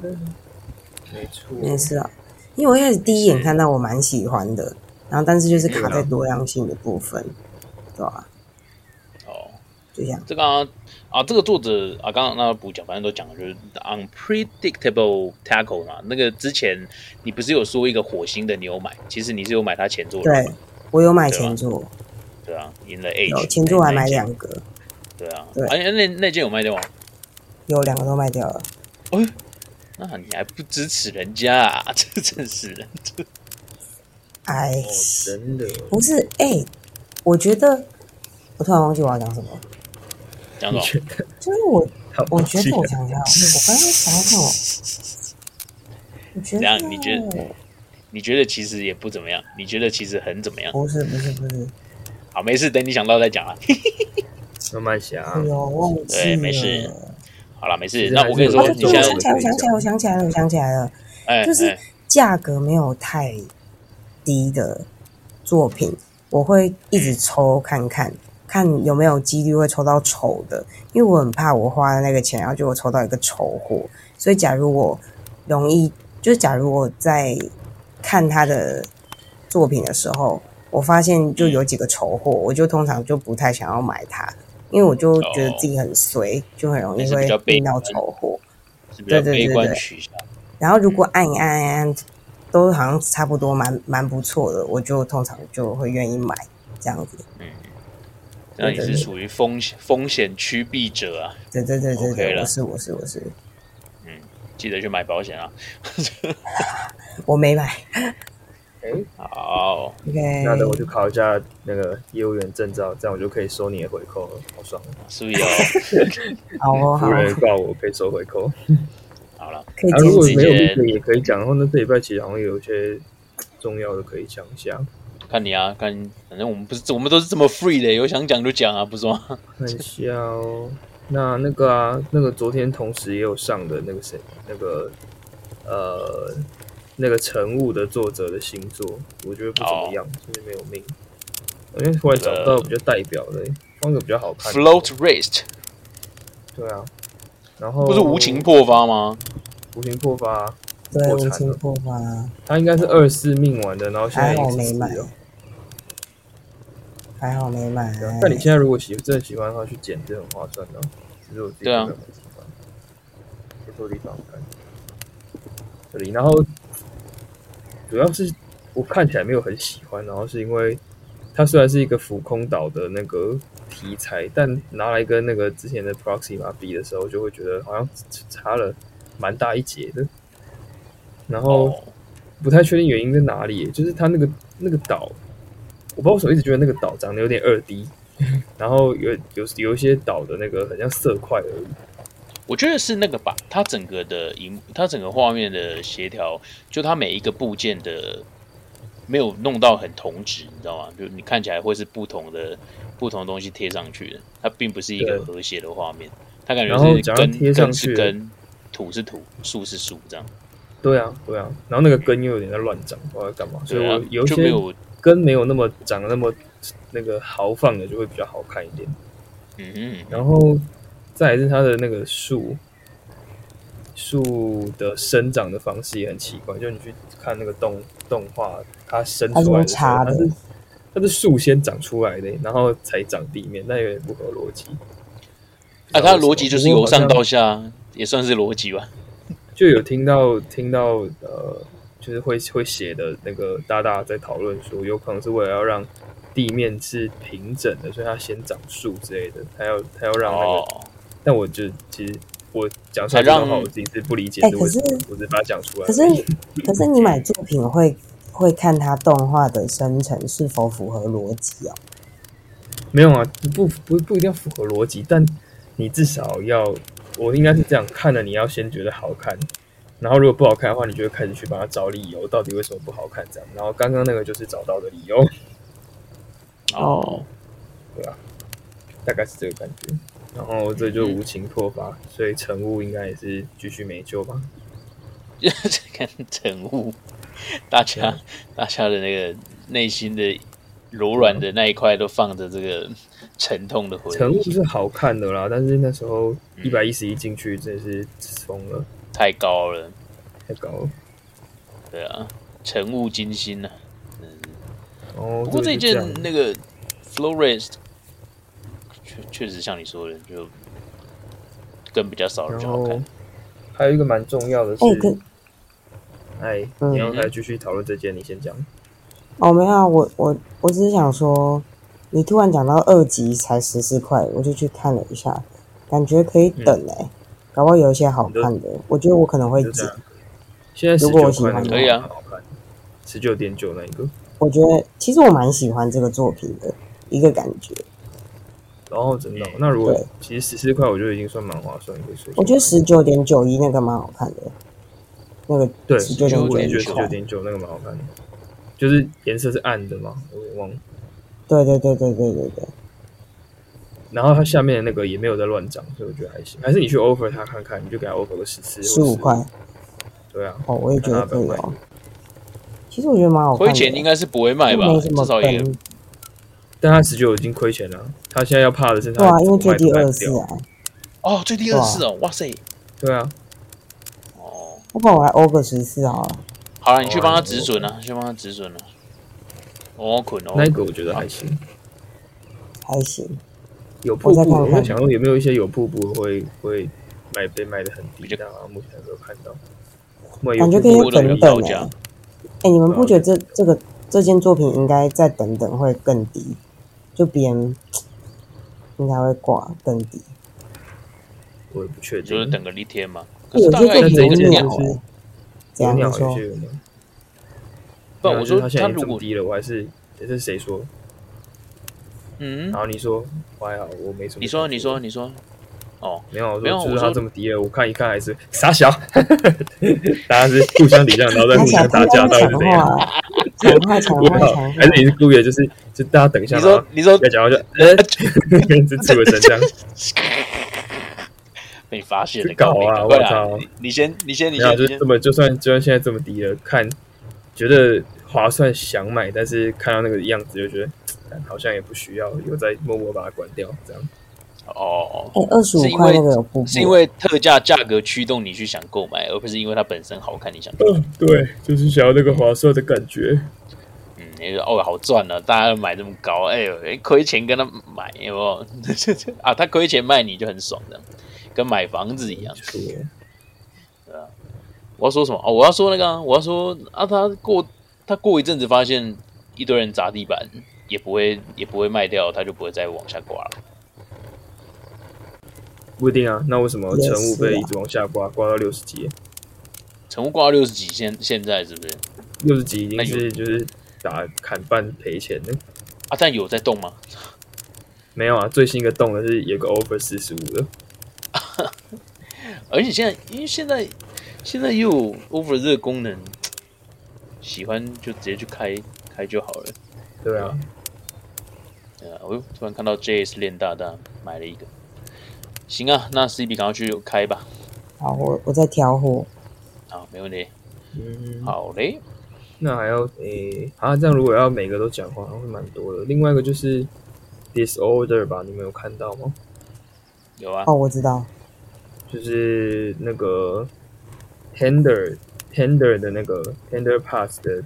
S6: 没错，
S5: 没事啊，因为我一开始第一眼看到我蛮喜欢的，然后但是就是卡在
S6: 对啊
S5: 多样性的部分，对吧、
S1: 哦，
S5: 就这样，
S1: 这个啊，啊这个作者啊，刚刚那不讲，反正都讲了，就是 unpredictable tackle 嘛。那个之前你不是有说一个火星的你有买，其实你是有买它前作的嘛，
S5: 对我有
S1: 啊
S5: 买
S1: 对吧
S5: 前座，
S1: 对啊，赢了
S5: 有
S1: H，
S5: 前座我还买
S1: 那
S5: 两
S1: 一件，
S5: 个，
S1: 对啊，
S5: 对
S1: 哎、那那件有卖掉吗？
S5: 有两个都卖掉了。
S1: 那、你还不支持人家啊？ 这真是的，
S5: 哎
S6: 哦，，真的，
S5: 不是哎、我觉得我突然忘记我要讲什么，
S1: 讲
S6: 你
S1: 什
S6: 觉
S1: 么？
S6: 得？
S5: 就是我
S6: 好
S5: 我觉得
S6: 奇怪
S5: 我想一下，我刚刚想什么？我觉
S1: 怎样你觉
S5: 得
S1: 你觉得其实也不怎么样，你觉得其实很怎么样？
S5: 不是不是不是，
S1: 好，没事，等你想到再讲啊。
S6: 慢慢想，
S5: 哎呦，忘记了。
S1: 对没事好了，没事
S6: 其。实
S1: 那
S6: 还
S1: 我跟你
S6: 是有
S1: 说，
S5: 哦，
S1: 你
S5: 对，
S1: 现
S5: 我
S1: 在
S5: 想起来，我想起来，我想起来了，我想起来了，
S1: 哎
S5: 就是
S1: 哎，
S5: 价格没有太低的作品，我会一直抽看看，看有没有几率会抽到丑的，因为我很怕我花了那个钱，然后结果抽到一个丑货，所以假如我容易，就假如我在看他的作品的时候，我发现就有几个丑货，我就通常就不太想要买它。因为我就觉得自己很衰，就很容
S1: 你
S5: 易
S1: 是比
S5: 会
S1: 较悲
S5: 遇到
S1: 观
S5: 丑货。
S1: 是比较
S5: 对对对
S1: 悲观
S5: 对
S1: 取向。
S5: 然后如果按一按按一按，都好像差不多蛮，蛮不错的，我就通常就会愿意买这样子。
S1: 嗯那你
S5: 对
S1: 是
S5: 对对
S1: 属于风险风险趋避者啊，
S5: 对对对对
S1: OK
S5: 对
S1: 了
S5: 我是我是我是，
S1: 记得去买保险啊。
S5: 我没买。
S1: 好，
S5: OK，
S6: 那等我去考一下那个业务员证照，这样我就可以收你的回扣了，好爽！
S1: 所 以哦，
S5: 好哦好
S6: 夫人
S5: 哦，
S6: 告我可以收回扣。
S1: 好了，
S5: 可以
S6: 啊，
S5: 剪
S6: 如果
S5: 辑
S6: 没有
S1: 直接
S6: 例子也可以讲，然后呢，这礼拜其实好像有一些重要的可以讲一下。
S1: 看你啊，看，反正我们不是我们都是这么 free 的，有想讲就讲啊，不是 吗？
S6: 看一下哦，那那个啊，那个昨天同时也有上的那个谁，那个呃，那个晨雾的作者的星座，我觉得不怎么
S1: 哦
S6: 样，就是没有命。我今天突然找不到比较代表的、放一个比较好看的。
S1: Float Rest
S6: 对啊，然后
S1: 不是无情破发吗？
S6: 无情破发，
S5: 对
S6: 破
S5: 无
S6: 产
S5: 情
S6: 了
S5: 破发，
S6: 他应该是二四命完的，然后现在
S5: 还好
S6: 已
S5: 没
S6: 经
S5: 买
S6: 死了。
S5: 还好没买。
S6: 对啊但你现在如果喜真的喜欢的话，去剪这很划算的哦。只是我自己
S1: 对啊
S6: 不是很喜欢，不错地方看这里，然后主要是我看起来没有很喜欢，然后是因为它虽然是一个浮空岛的那个题材，但拿来跟那个之前的 Proxima 比的时候，就会觉得好像差了蛮大一截的。然后
S1: 哦，
S6: 不太确定原因在哪里耶，就是它那个那个岛，我不知道为什么一直觉得那个岛长得有点二 D，然后有有有一些岛的那个很像色块而已。
S1: 我觉得是那个吧，它整个的荧，它整个画面的协调，就它每一个部件的没有弄到很同质，你知道吗？就你看起来会是不同的不同的东西贴上去的，它并不是一个
S6: 对
S1: 和谐的画面，它感觉
S6: 然后
S1: 是
S6: 假如贴
S1: 根
S6: 上
S1: 根是
S6: 去
S1: 根，土是土，树是树这样。
S6: 对啊，对啊，然后那个根又有点在乱长，不知道在干嘛，所以
S1: 对啊
S6: 我有一
S1: 就没
S6: 些
S1: 有
S6: 根没有那么长得那么那个豪放的，就会比较好看一点。
S1: 嗯哼，
S6: 然后再来是它的那个树，树的生长的方式也很奇怪，就你去看那个动动画，它生
S5: 它是
S6: 出来
S5: 用
S6: 的时候，
S5: 插
S6: 它
S5: 的
S6: 是它是树先长出来的，然后才长地面，那有点不合逻辑。
S1: 啊，它的逻辑就是由上
S6: 不过好
S1: 到
S6: 像
S1: 下，也算是逻辑吧。
S6: 就有听到听到呃，就是会会写的那个大大在讨论说，有可能是为了要让地面是平整的，所以它先长树之类的，它要它要让那个
S1: 哦，
S6: 但我就其实我讲出来这
S1: 还让
S6: 段话，我自己是不理解
S5: 哎
S6: 是为什么，
S5: 可是
S6: 我只是把它讲出来而
S5: 可
S6: 已。
S5: 是可是你买作品会会看它动画的生成是否符合逻辑哦。
S6: 没有啊，不不不一定要符合逻辑，但你至少要，我应该是这样看了，你要先觉得好看，然后如果不好看的话，你就会开始去帮他找理由，到底为什么不好看这样。然后刚刚那个就是找到的理由，
S1: 哦，
S6: 大概是这个感觉。然后这就无情破发，所以成雾应该也是继续没救吧。
S1: 就是看整物，大家大家的那个内心的柔软的那一块都放着这个沉痛的回
S6: 成雾
S1: 忆，
S6: 是好看的啦，但是那时候一百一十一进去真的是疯了，
S1: 太高了，
S6: 太高了。
S1: 对啊，晨雾惊心呐、嗯，
S6: 哦，
S1: 不过这
S6: 个就
S1: 件
S6: 样
S1: 那个 flow rest 确确实像你说的，就跟比较少人
S6: 然
S1: 就好
S6: 后
S1: 看。
S6: 还有一个蛮重要的是
S5: 哎、，可
S6: 哎，
S5: 嗯
S6: 你要来继续讨论这件，你先讲。
S5: 哦，没有啊，我我我只是想说，你突然讲到二级才十四块，我就去看了一下，感觉可以
S6: 嗯
S5: 等哎、搞不好有一些好看的，我觉得我可能会
S6: 就这
S5: 剪。
S6: 样。现在十
S5: 如果
S6: 九
S5: 我喜
S6: 块
S5: 欢
S6: 那个
S1: 可以啊
S6: 很好看，十九点九那一个。
S5: 我觉得其实我蛮喜欢这个作品的一个感觉，
S6: 然后真的哦，那如果
S5: 对
S6: 其实十四块，我觉得已经算蛮划算的一个水。
S5: 我觉得十，九点九一那个蛮好看的，那个
S6: 对，
S5: 十九点
S6: 我
S5: 九
S6: 也觉
S5: 一
S6: 得十九
S5: 块，
S6: 点九那个蛮好看的，就是颜色是暗的嘛，我也忘了。
S5: 对对对对对对对，
S6: 然后它下面的那个也没有在乱涨，所以我觉得还行。还是你去 offer 它看看，你就给它 offer 个十次、
S5: 十五块
S6: 对啊，
S5: 哦，我也觉得
S6: 看它
S5: 可
S6: 要
S5: 以
S6: 不要买
S5: 哦。其实我觉得蛮好看
S1: 亏
S5: 的，
S1: 钱应该是不会卖吧
S5: 没，什
S1: 至
S5: 么
S1: 少也
S5: 本，
S6: 但它十九已经亏钱了，它现在要怕的是它
S5: 对啊，因为最
S6: 卖
S5: 低
S6: 都卖不
S5: 二四
S6: 掉
S5: 啊，
S1: 哦，最低
S5: 对
S1: 二
S5: 啊
S1: 四哦，哇塞，
S6: 对啊，
S1: 哦，
S5: 要不然我还欧个十四好了。
S1: 好了，你去
S6: 哦
S1: 帮他
S6: 那
S1: 止
S6: 我
S1: 损啊，去帮他止损啊。哦，捆哦，
S6: 那一个我觉得还行。
S5: 还行，
S6: 有瀑
S5: 我再
S6: 布，
S5: 看
S6: 我
S5: 看
S6: 在想说有没有一些有瀑布会会卖被卖的很低，但好像目前还没有看到。
S1: 哎
S6: 万一有
S5: 感觉可
S6: 瀑
S5: 以
S6: 布的
S5: 等
S6: 话
S5: 等
S1: 价
S5: 哎、欸你们
S1: 啊
S5: 不觉得这这个这件作品应该再等等会更低？就别人应该会挂更低。
S6: 我也不确
S1: 你就是
S6: 定。
S1: 等个一天嘛。可是
S5: 有
S1: 大
S5: 些
S1: 概
S5: 作
S6: 但
S5: 品
S6: 这
S1: 等
S5: 有
S6: 一
S1: 个
S6: 件
S1: 一
S6: 就
S1: 年
S5: 鸟
S6: 是
S1: 哦，
S5: 欸，怎
S6: 有
S5: 样
S6: 鸟
S5: 你
S6: 有
S5: 说
S6: 些有鸟，
S1: 不，
S6: 对啊
S1: 我
S6: 就是
S1: 说
S6: 它现
S1: 他
S6: 在已
S1: 如
S6: 经这么
S1: 果
S6: 低了，我还是这是谁说？
S1: 嗯
S6: 然，后你说我还好，我没什么。
S1: 你说你说你说，哦，
S6: 没有，我
S1: 没有
S6: 说就
S1: 我
S6: 是
S1: 说
S6: 他这么低了，我看一看还是傻小， 大家是互相礼让，然后再互相打架，到底
S5: 强
S6: 是怎样？
S5: 化，强化，强
S6: 我
S5: 化，
S6: 靠
S5: 强化
S6: 还。是你是故意的，就是就大家等一下，
S1: 你
S6: 然后
S1: 说你说
S6: 要讲话就呃， 这自卫神这样，
S1: 被发现了，
S6: 搞
S1: 靠北
S6: 啊
S1: 赶快
S6: 我
S1: 来
S6: 操
S1: 你你先你先你
S6: 然后
S1: 先
S6: 就
S1: 你先
S6: 这，么就算就算现在这么低了，看觉得划算想买，但是看到那个样子就觉得嗯好像也不需要，又再默默把它关掉，这样
S1: 哦，
S5: 哎，二十五
S1: 是因
S5: 块
S1: 为
S5: 那个有瀑布，
S1: 是因为特价价格驱动你去想购买，而不是因为它本身好看你想购买。
S6: 嗯，对，就是想要那个划算的感觉，
S1: 嗯，你就说哦好赚啊，大家买这么高，哎呦，哎亏钱跟他买有没有？ 啊，他亏钱卖你就很爽的，跟买房子一样
S6: 就。是
S1: 我
S6: 我
S1: 要说什么？哦，我要说那个、啊，我要说啊，他过他过一阵子发现一堆人砸地板，也不会也不会卖掉，他就不会再往下刮了。
S6: 不一定啊，那为什么
S5: 也
S6: 乘务
S5: 是
S6: 被
S5: 啊
S6: 一直往下刮，刮到六十级？
S1: 成屋刮到六十几，现现在是不是？
S6: 六十级已经
S1: 那
S5: 哎
S6: 是就是打砍半赔钱的，
S1: 啊，但有在动吗？
S6: 没有啊，最新一个动的是有个 over 四十五的，
S1: 而且现在，因为现在现在又有 over 这个功能，喜欢就直接去开开就好了。
S6: 对啊，
S1: 呃，我又突然看到 JS 练大大买了一个，行啊，那 CB 赶快去开吧。
S5: 好，我我在调货，
S1: 好，没问题。
S6: 嗯，
S1: 好嘞，
S6: 那还要诶、啊，这样如果要每个都讲的话，好像会蛮多的。另外一个就是 disorder 吧，你们有看到吗？
S1: 有啊，
S5: 哦，我知道，
S6: 就是那个 tender tender 的那个 tender pass 的，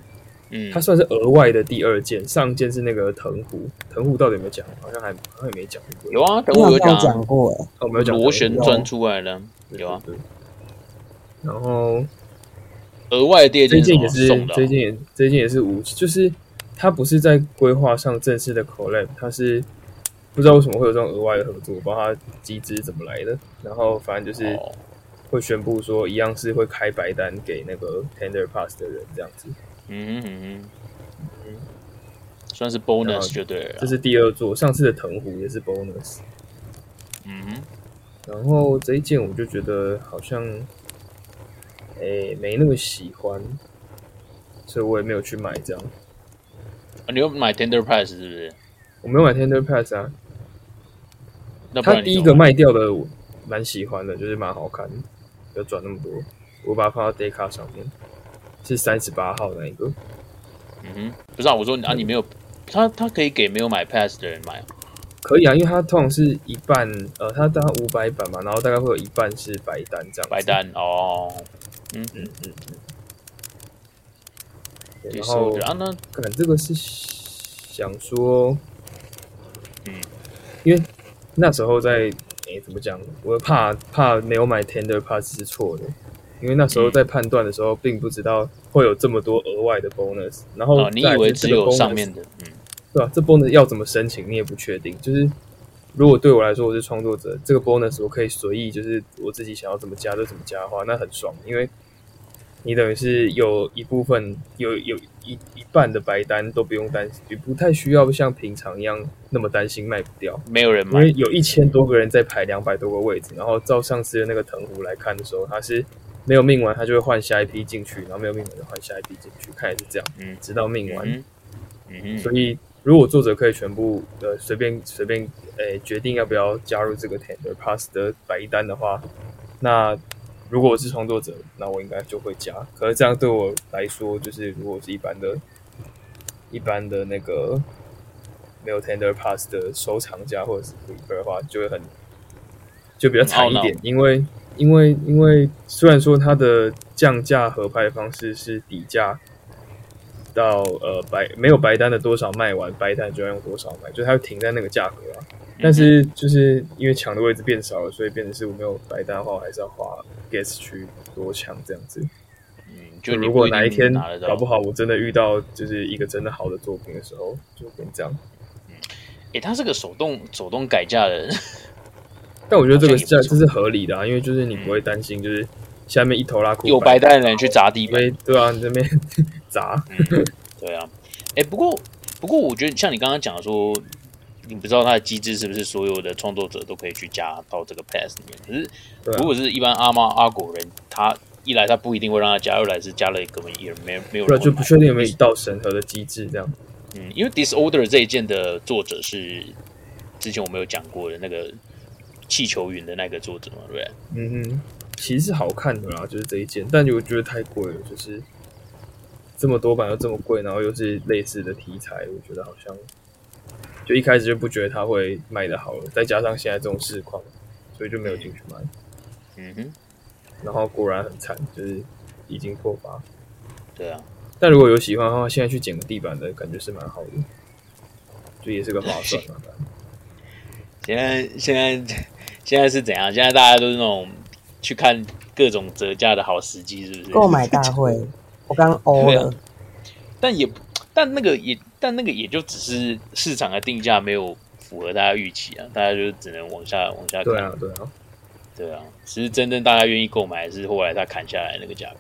S1: 嗯
S6: 它，算是额外的第二件，上件是那个藤壶，藤壶到底有没有讲？好像还好像也没讲过。
S1: 有啊，等
S5: 你
S1: 我
S5: 好
S1: 有
S5: 像
S1: 啊
S5: 讲过哎，
S6: 哦，我没有讲藤壶。
S1: 螺旋钻出来了，有啊。
S6: 对。对对然后
S1: 额外的第二
S6: 这
S1: 件
S6: 一件
S1: 什么
S6: 也是
S1: 送的啊
S6: 这一件也这一件也是无，就是它不是在规划上正式的 collab，它是不知道为什么会有这种额外的合作，我不知道它机制是怎么来的。然后反正就是
S1: 哦
S6: 会宣布说，一样是会开白单给那个 tender pass 的人这样子。
S1: 嗯哼嗯哼
S6: 嗯
S1: 算是
S6: 然后
S1: bonus 就对了啦。
S6: 这是第二座，上次的藤壶也是 bonus。
S1: 嗯哼，
S6: 然后这一件我就觉得好像，诶、没那么喜欢，所以我也没有去买这样。
S1: 啊你又买 tender price 是不是？
S6: 我没有买 tender pass 啊，
S1: 那不
S6: 他
S1: 然
S6: 第
S1: 你啊怎
S6: 一个
S1: 么买
S6: 卖掉的我蛮喜欢的，就是蛮好看的，有转那么多，我把它放到 d a y 卡上面，是三十八号那一个，
S1: 嗯哼，不是啊，我说你啊，你没有，他他可以给没有买 pass 的人买啊，
S6: 可以啊，因为它通常是一半，呃，它大概五百版嘛，然后大概会有一半是白单这样子，
S1: 白，单哦，
S6: 嗯嗯嗯，对
S1: 对，
S6: 然
S1: 所以我
S6: 后
S1: 觉得啊，那
S6: 看这个是想说，
S1: 嗯，
S6: 因为那时候在诶、怎么讲，我怕怕没有买 tender pass 是错的，因为那
S1: 嗯
S6: 时候在判断的时候并不知道会有这么多额外的 bonus，然后、
S1: 哦，你以为只有上面的，嗯，
S6: 对啊，这 bonus 要怎么申请你也不确定。就是如果对我来说我是创作者，这个 bonus 我可以随意，就是我自己想要怎么加就怎么加的话，那很爽，因为你等于是有一部分有有一一半的白单都不用担心，也不太需要像平常一样那么担心卖不掉。
S1: 没有人
S6: 因
S1: 买
S6: 为有一千多个人在排两百多个位置，然后照上次的那个藤壶来看的时候，它是没有命完，他就会换下一批进去，然后没有命完就换下一批进去，看也是这样，
S1: 嗯
S6: 直到命完。
S1: 嗯嗯
S6: 所以如果作者可以全部呃随便随便诶、决定要不要加入这个 tender pass 的白单的话，那如果我是创作者，那我应该就会加。可是这样对我来说，就是如果我是一般的、一般的那个没有 tender pass 的收藏家或者是 keeper 的话，就会很就比较惨一点，因为因为因为虽然说它的降价合拍方式是底价到呃白没有白单的多少卖完，白单就要用多少买，就是它会停在那个价格啊。
S1: 嗯
S6: 但是就是因为抢的位置变少了，所以变成是我没有白单的话，我还是要花 gas 去多抢这样子。
S1: 嗯，就你
S6: 如果
S1: 不定
S6: 哪一天
S1: 拿得到
S6: 搞不好我真的遇到就是一个真的好的作品的时候，就变这样。
S1: 诶，他这个手动手动改价的，
S6: 但我觉得这个是
S1: 好像也不错嗯
S6: 这是合理的啊，因为就是你不会担心就是下面一头拉裤
S1: 有白带的人去砸地
S6: 因
S1: 板，
S6: 为对啊，你这边 砸，
S1: 对啊，诶，不过不过我觉得像你刚刚讲的说，你不知道它的机制是不是所有的创作者都可以去加到这个 pass 里面，可是
S6: 对啊
S1: 如果是一般阿猫阿狗人，他一来他不一定会让他加，二来是加了根本也没没有
S6: 不
S1: 人
S6: 然啊
S1: 会
S6: 就不
S1: 买。
S6: 确定有没有一道审核的机制这样。
S1: 嗯，因为 Disorder 这一件的作者是之前我们有讲过的那个气球云的那个作者嘛，对不对？
S6: 嗯哼，其实是好看的啦，就是这一件，但我觉得太贵了，就是这么多版又这么贵，然后又是类似的题材，我觉得好像就一开始就不觉得它会卖的好了，再加上现在这种市况，所以就没有进去买。
S1: 嗯哼，
S6: 然后果然很惨，就是已经破发。
S1: 对啊，
S6: 但如果有喜欢的话，现在去捡个地板的感觉是蛮好的，就也是个划算啊嘛。
S1: 现在现在 现在是怎样？现在大家都是那种去看各种折价的好时机，是不是？
S5: 购买大会，我刚欧了，
S1: 但也但那个也但那个也就只是市场的定价没有符合大家预期啊，大家就只能往下往下看。
S6: 对啊，对啊，
S1: 对啊，其实真正大家愿意购买，还是后来它砍下来那个价格，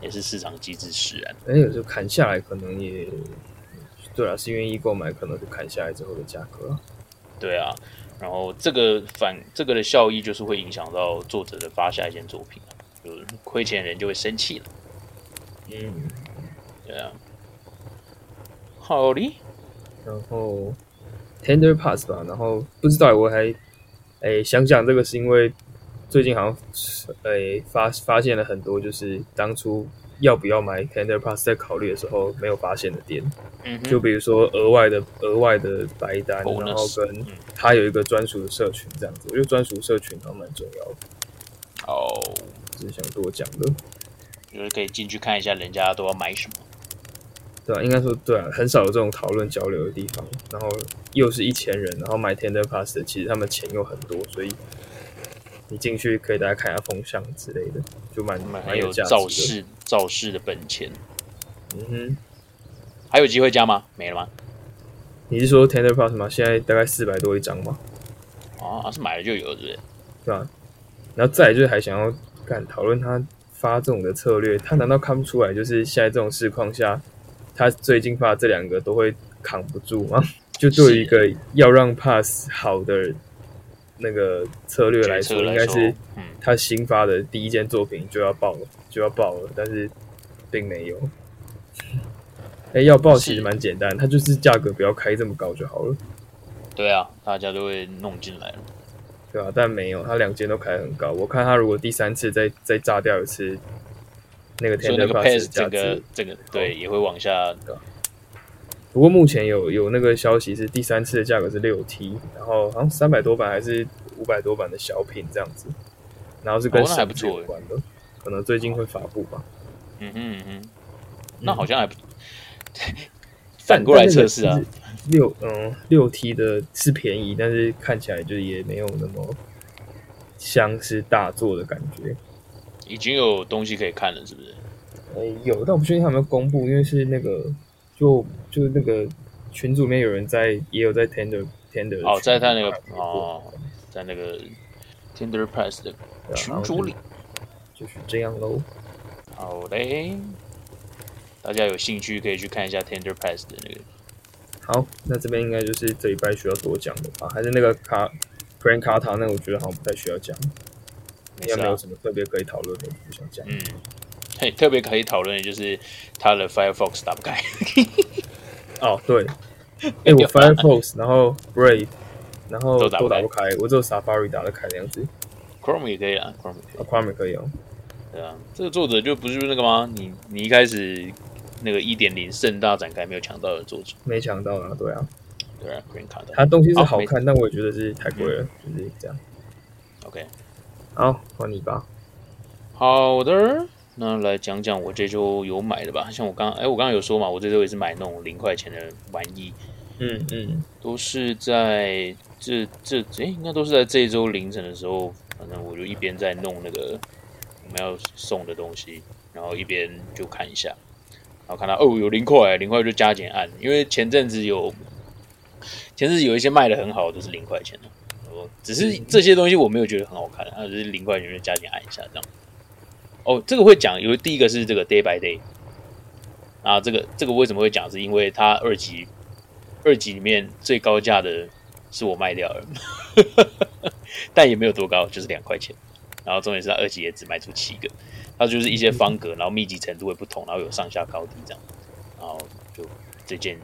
S1: 也是市场机制使然。
S6: 而且哎有时候砍下来可能也，对啊，是愿意购买，可能是砍下来之后的价格啊。
S1: 对啊，然后这个反这个的效益就是会影响到作者的发下一件作品啊，就是亏钱人就会生气了。啊
S6: 嗯，
S1: 对啊，好哩，
S6: 然后 Tender Pass 吧，然后不知道我还诶想讲这个是因为最近好像诶发发现了很多就是当初要不要买 Tender Pass 在考虑的时候没有发现的点，
S1: 嗯
S6: 就
S1: 哼，
S6: 比如说额外的额外的白单，
S1: Bonus
S6: 然后跟
S1: 嗯
S6: 它有一个专属的社群这样子，我觉得专属社群还蛮重要的，
S1: 哦，
S6: 只是想多讲的，
S1: 就是可以进去看一下人家都要买什么。
S6: 对啊，应该说对啊，很少有这种讨论交流的地方，然后又是一千人，然后买 Tender Pass 的，其实他们钱又很多，所以你进去可以大家看一下风向之类的，就蛮
S1: 他们还
S6: 蛮
S1: 有
S6: 价
S1: 造
S6: 值的。
S1: 势造势的本钱，
S6: 嗯哼，
S1: 还有机会加吗？没了吗？
S6: 你是说 Tender Pass 吗？现在大概四百多一张吗？
S1: 啊，是买了就有，是不是？
S6: 对吧？然后再来就是还想要干讨论他发这种的策略，他难道看不出来就是现在这种市况下，他最近发这两个都会扛不住 吗？就对于一个要让 pass 好的那个策略来
S1: 决
S6: 说，
S1: 策
S6: 应
S1: 来
S6: 该
S1: 说
S6: 是，
S1: 嗯，
S6: 他新发的第一件作品就要爆了，就要爆了，但是并没有。哎，要爆其实蛮简单，它就是价格不要开这么高就好了，
S1: 对啊，大家都会弄进来了。
S6: 对吧、但没有，它两件都开很高。我看它如果第三次再再炸掉一次，那个
S1: 所以那
S6: Tender
S1: 个
S6: Pass
S1: pass
S6: 的价
S1: 整个
S6: 值。
S1: 这个对也会往下，
S6: 不过目前有有那个消息是第三次的价格是六 T，然后好像三百多版还是五百多版的小品这样子，然后是跟
S1: 哦那还
S6: 绳
S1: 不
S6: 子
S1: 错
S6: 有关的，可能最近会发布吧。
S1: 嗯哼嗯哼，那好像还不
S6: 但
S1: 反过来测试啊。
S6: 但那个是六嗯六 T 的是便宜，但是看起来就是也没有那么像是大作的感觉。
S1: 已经有东西可以看了，是不是？
S6: 呃，有，但我不确定他有没有公布，因为是那个就就那个群组里面有人在也有在 Tender Tender
S1: 哦，在他
S6: 他
S1: 那个哦，在那个 Tinder Price 的
S6: 啊
S1: 群组里。
S6: 就是这样喽。
S1: 好嘞，大家有兴趣可以去看一下 Tinder Price 的那个。
S6: 好，那这边应该就是这一拜需要多讲的吧？还是那个卡 p r a n 卡塔那个，我觉得好像不太需要讲。应该没有什么特别可以讨论的，不想讲。
S1: 啊嗯，嘿，特别可以讨论的就是它的 Firefox 打不开。
S6: 哦，对，哎，我 Firefox，然后 Brave，然后
S1: 啊都
S6: 都
S1: 打
S6: 打
S1: 不开
S6: 不开，我只有 Safari 打得开的样子。
S1: Chrome 也可以啦，Chrome 也可以
S6: 啊 Chrome 也可以哦。
S1: 对啊，这个作者就不是那个吗？你你一开始那个一点零盛大展开没有抢到的作者，
S6: 没抢到啊，对啊，
S1: 对啊，Green Card
S6: 它东西是好
S1: 好
S6: 看，但我也觉得是太贵了，
S1: 嗯
S6: 就是这样。
S1: OK，
S6: 好，换你吧。
S1: 好的，那来讲讲我这周有买的吧。像我刚哎，我刚刚有说嘛，我这周也是买那种零块钱的玩意，
S6: 嗯嗯，
S1: 都是在这这哎，应该都是在这一周凌晨的时候，反正我就一边在弄那个我们要送的东西，然后一边就看一下，然后看到哦有零块，零块就加减按，因为前阵子有前阵子有一些卖的很好，都是零块钱的。我只是这些东西我没有觉得很好看，啊它只是零块钱就加减按一下这样。哦，这个会讲，有第一个是这个 Day by Day 啊，这个这个为什么会讲，是因为它二级二级里面最高价的是我卖掉了，但也没有多高，就是两块钱。然后重点是它二级也只卖出七个，它就是一些方格，然后密集程度会不同，然后有上下高低这样。然后就这件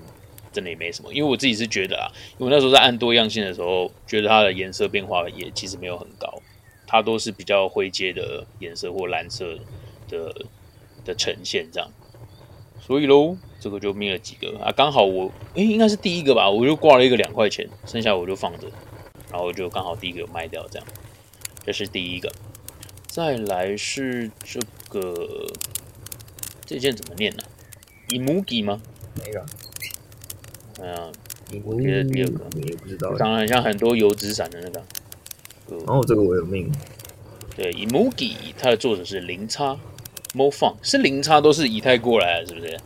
S1: 真的也没什么，因为我自己是觉得啊，因为我那时候在按多样性的时候，觉得它的颜色变化也其实没有很高，它都是比较灰阶的颜色或蓝色的的呈现这样。所以喽，这个就灭了几个啊，刚好我诶、应该是第一个吧，我就挂了一个两块钱，剩下我就放着，然后就刚好第一个有卖掉这样，这是第一个。再来是这个这件怎么念呢、i m u g i 吗？
S6: 哪一个啊？
S1: 嗯、
S6: 我
S1: 觉得第二个
S6: 也不知道欸。
S1: 长得很像很多油纸伞的那个。
S5: 哦
S6: 然后这个我有命，
S1: 对，Emoji 它的作者是零叉 mo fun 是零叉都是以太过来的，是不是？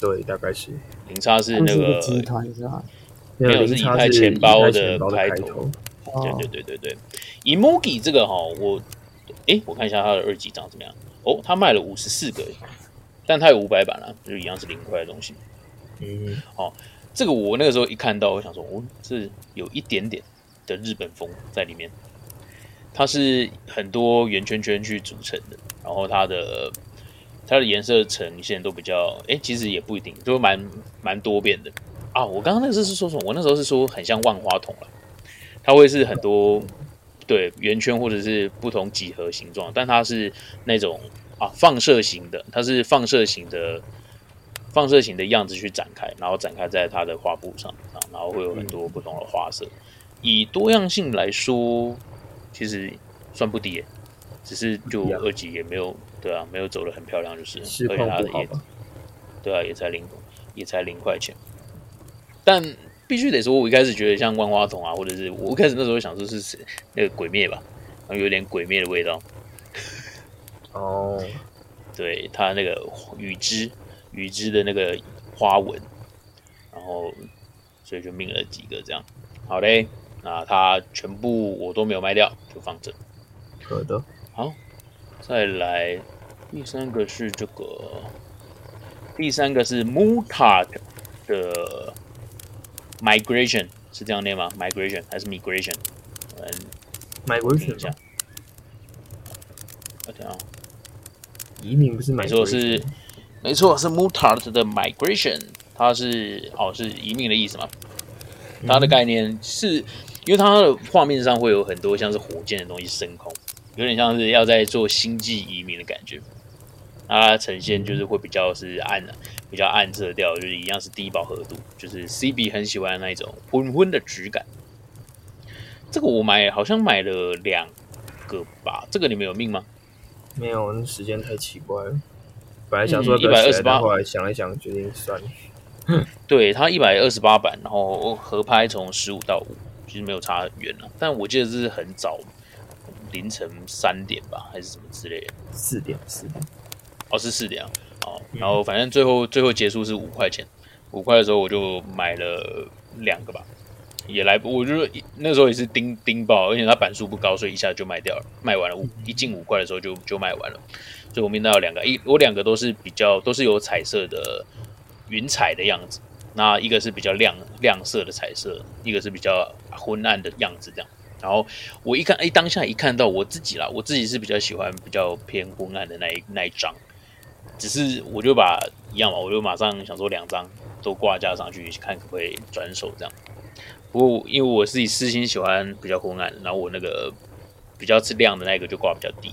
S6: 对，大概是
S1: 零叉是
S5: 他们
S1: 那
S5: 是一
S1: 个
S5: 个集团是吧？
S6: 没
S1: 有是
S6: 零差
S1: 以太
S6: 是
S1: 钱包
S6: 以太
S1: 的
S6: 钱包的
S1: 开头
S6: 头。
S1: 对
S5: 哦
S1: 对，对对对，emoji 这个哈、我诶，我看一下它的二级长怎么样。哦，它卖了五十四个，但它有五百版啦、就一样是零块的东西。
S6: 嗯，
S1: 这个我那个时候一看到，我想说，哦，这有一点点的日本风在里面。它是很多圆圈圈去组成的，然后它的它的颜色呈现都比较，哎，其实也不一定，都蛮蛮多变的啊。我刚刚那个是说什么？我那时候是说很像万花筒了，它会是很多对圆圈或者是不同几何形状，但它是那种啊放射型的，它是放射型的放射型的样子去展开，然后展开在它的画布上啊，然后会有很多不同的花色。以多样性来说，其实算不低耶，只是就
S6: 不低啊
S1: 二级也没有对啊，没有走的很漂亮，就是
S6: 市
S1: 而
S6: 况
S1: 且它的
S6: 不好
S1: 也
S6: 吧？
S1: 对啊，也才零也才零块钱，但必须得说，我一开始觉得像万花筒啊，或者是我一开始那时候想说是谁那个鬼灭吧，然后有点鬼灭的味道。
S6: 哦，
S1: 对它那个雨枝雨枝的那个花纹，然后所以就命了几个这样。好嘞，那它全部我都没有卖掉，就放着。
S6: 可的，
S1: 好，再来第三个是这个，第三个是 Mutard 的 Migration 是这样念吗？Migration 还是 Migration？我们
S6: 买过
S1: 听
S6: 去
S1: 一下
S6: 吧。。
S1: 我等啊，
S6: 移民不是买
S1: 没
S6: 过
S1: 错
S6: 去
S1: 是，没错是 Mutard 的 Migration，它是哦是移民的意思嘛？它的概念是因为它的画面上会有很多像是火箭的东西升空，有点像是要在做星际移民的感觉。它呈现就是会比较是暗的，比较暗色调，就是一样是低饱和度，就是 CB 很喜欢的那一种昏昏的质感。这个我买好像买了两个吧，这个你们有命吗？
S6: 没有，那时间太奇怪了。本来想说
S1: 嗯
S6: 要不要
S1: 128
S6: 起来但后来想了想，决定算
S1: 嗯
S6: 了。
S1: 对，它一百二十八版，然后合拍从十五到五，其实没有差很远了、但我记得这是很早，凌晨三点吧，还是什么之类的。
S6: 四点四点，
S1: 哦，是四点啊。哦，然后反正最后最后结束是五块钱，五块的时候我就买了两个吧，也来不，我就是一那时候也是盯盯爆，而且它版数不高，所以一下就卖掉了，卖完了五一进五块的时候就就卖完了，所以我命到两个，一我两个都是比较都是有彩色的云彩的样子，那一个是比较亮亮色的彩色，一个是比较昏暗的样子这样。然后我一看，哎，当下一看到我自己啦，我自己是比较喜欢比较偏昏暗的那一那一张，只是我就把一样嘛，我就马上想说两张都挂架上去，看可不可以转手这样。不过因为我自己私心喜欢比较昏暗，然后我那个比较是亮的那个就挂比较低，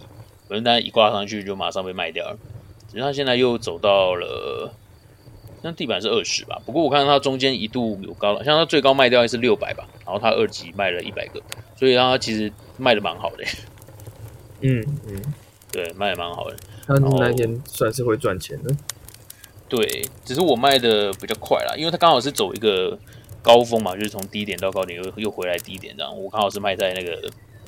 S1: 反正那一挂上去就马上被卖掉了。只是它现在又走到了，那地板是二十吧，不过我看到它中间一度有高，像它最高卖掉是六百吧，然后它二级卖了一百个，所以它其实卖的蛮好的，
S6: 嗯嗯，
S1: 对，卖的蛮好的。
S6: 他
S1: 后
S6: 那一天算是会赚钱的，
S1: 对，只是我卖的比较快啦，因为它刚好是走一个高峰嘛，就是从低点到高点又又回来低点这样。我刚好是卖在那个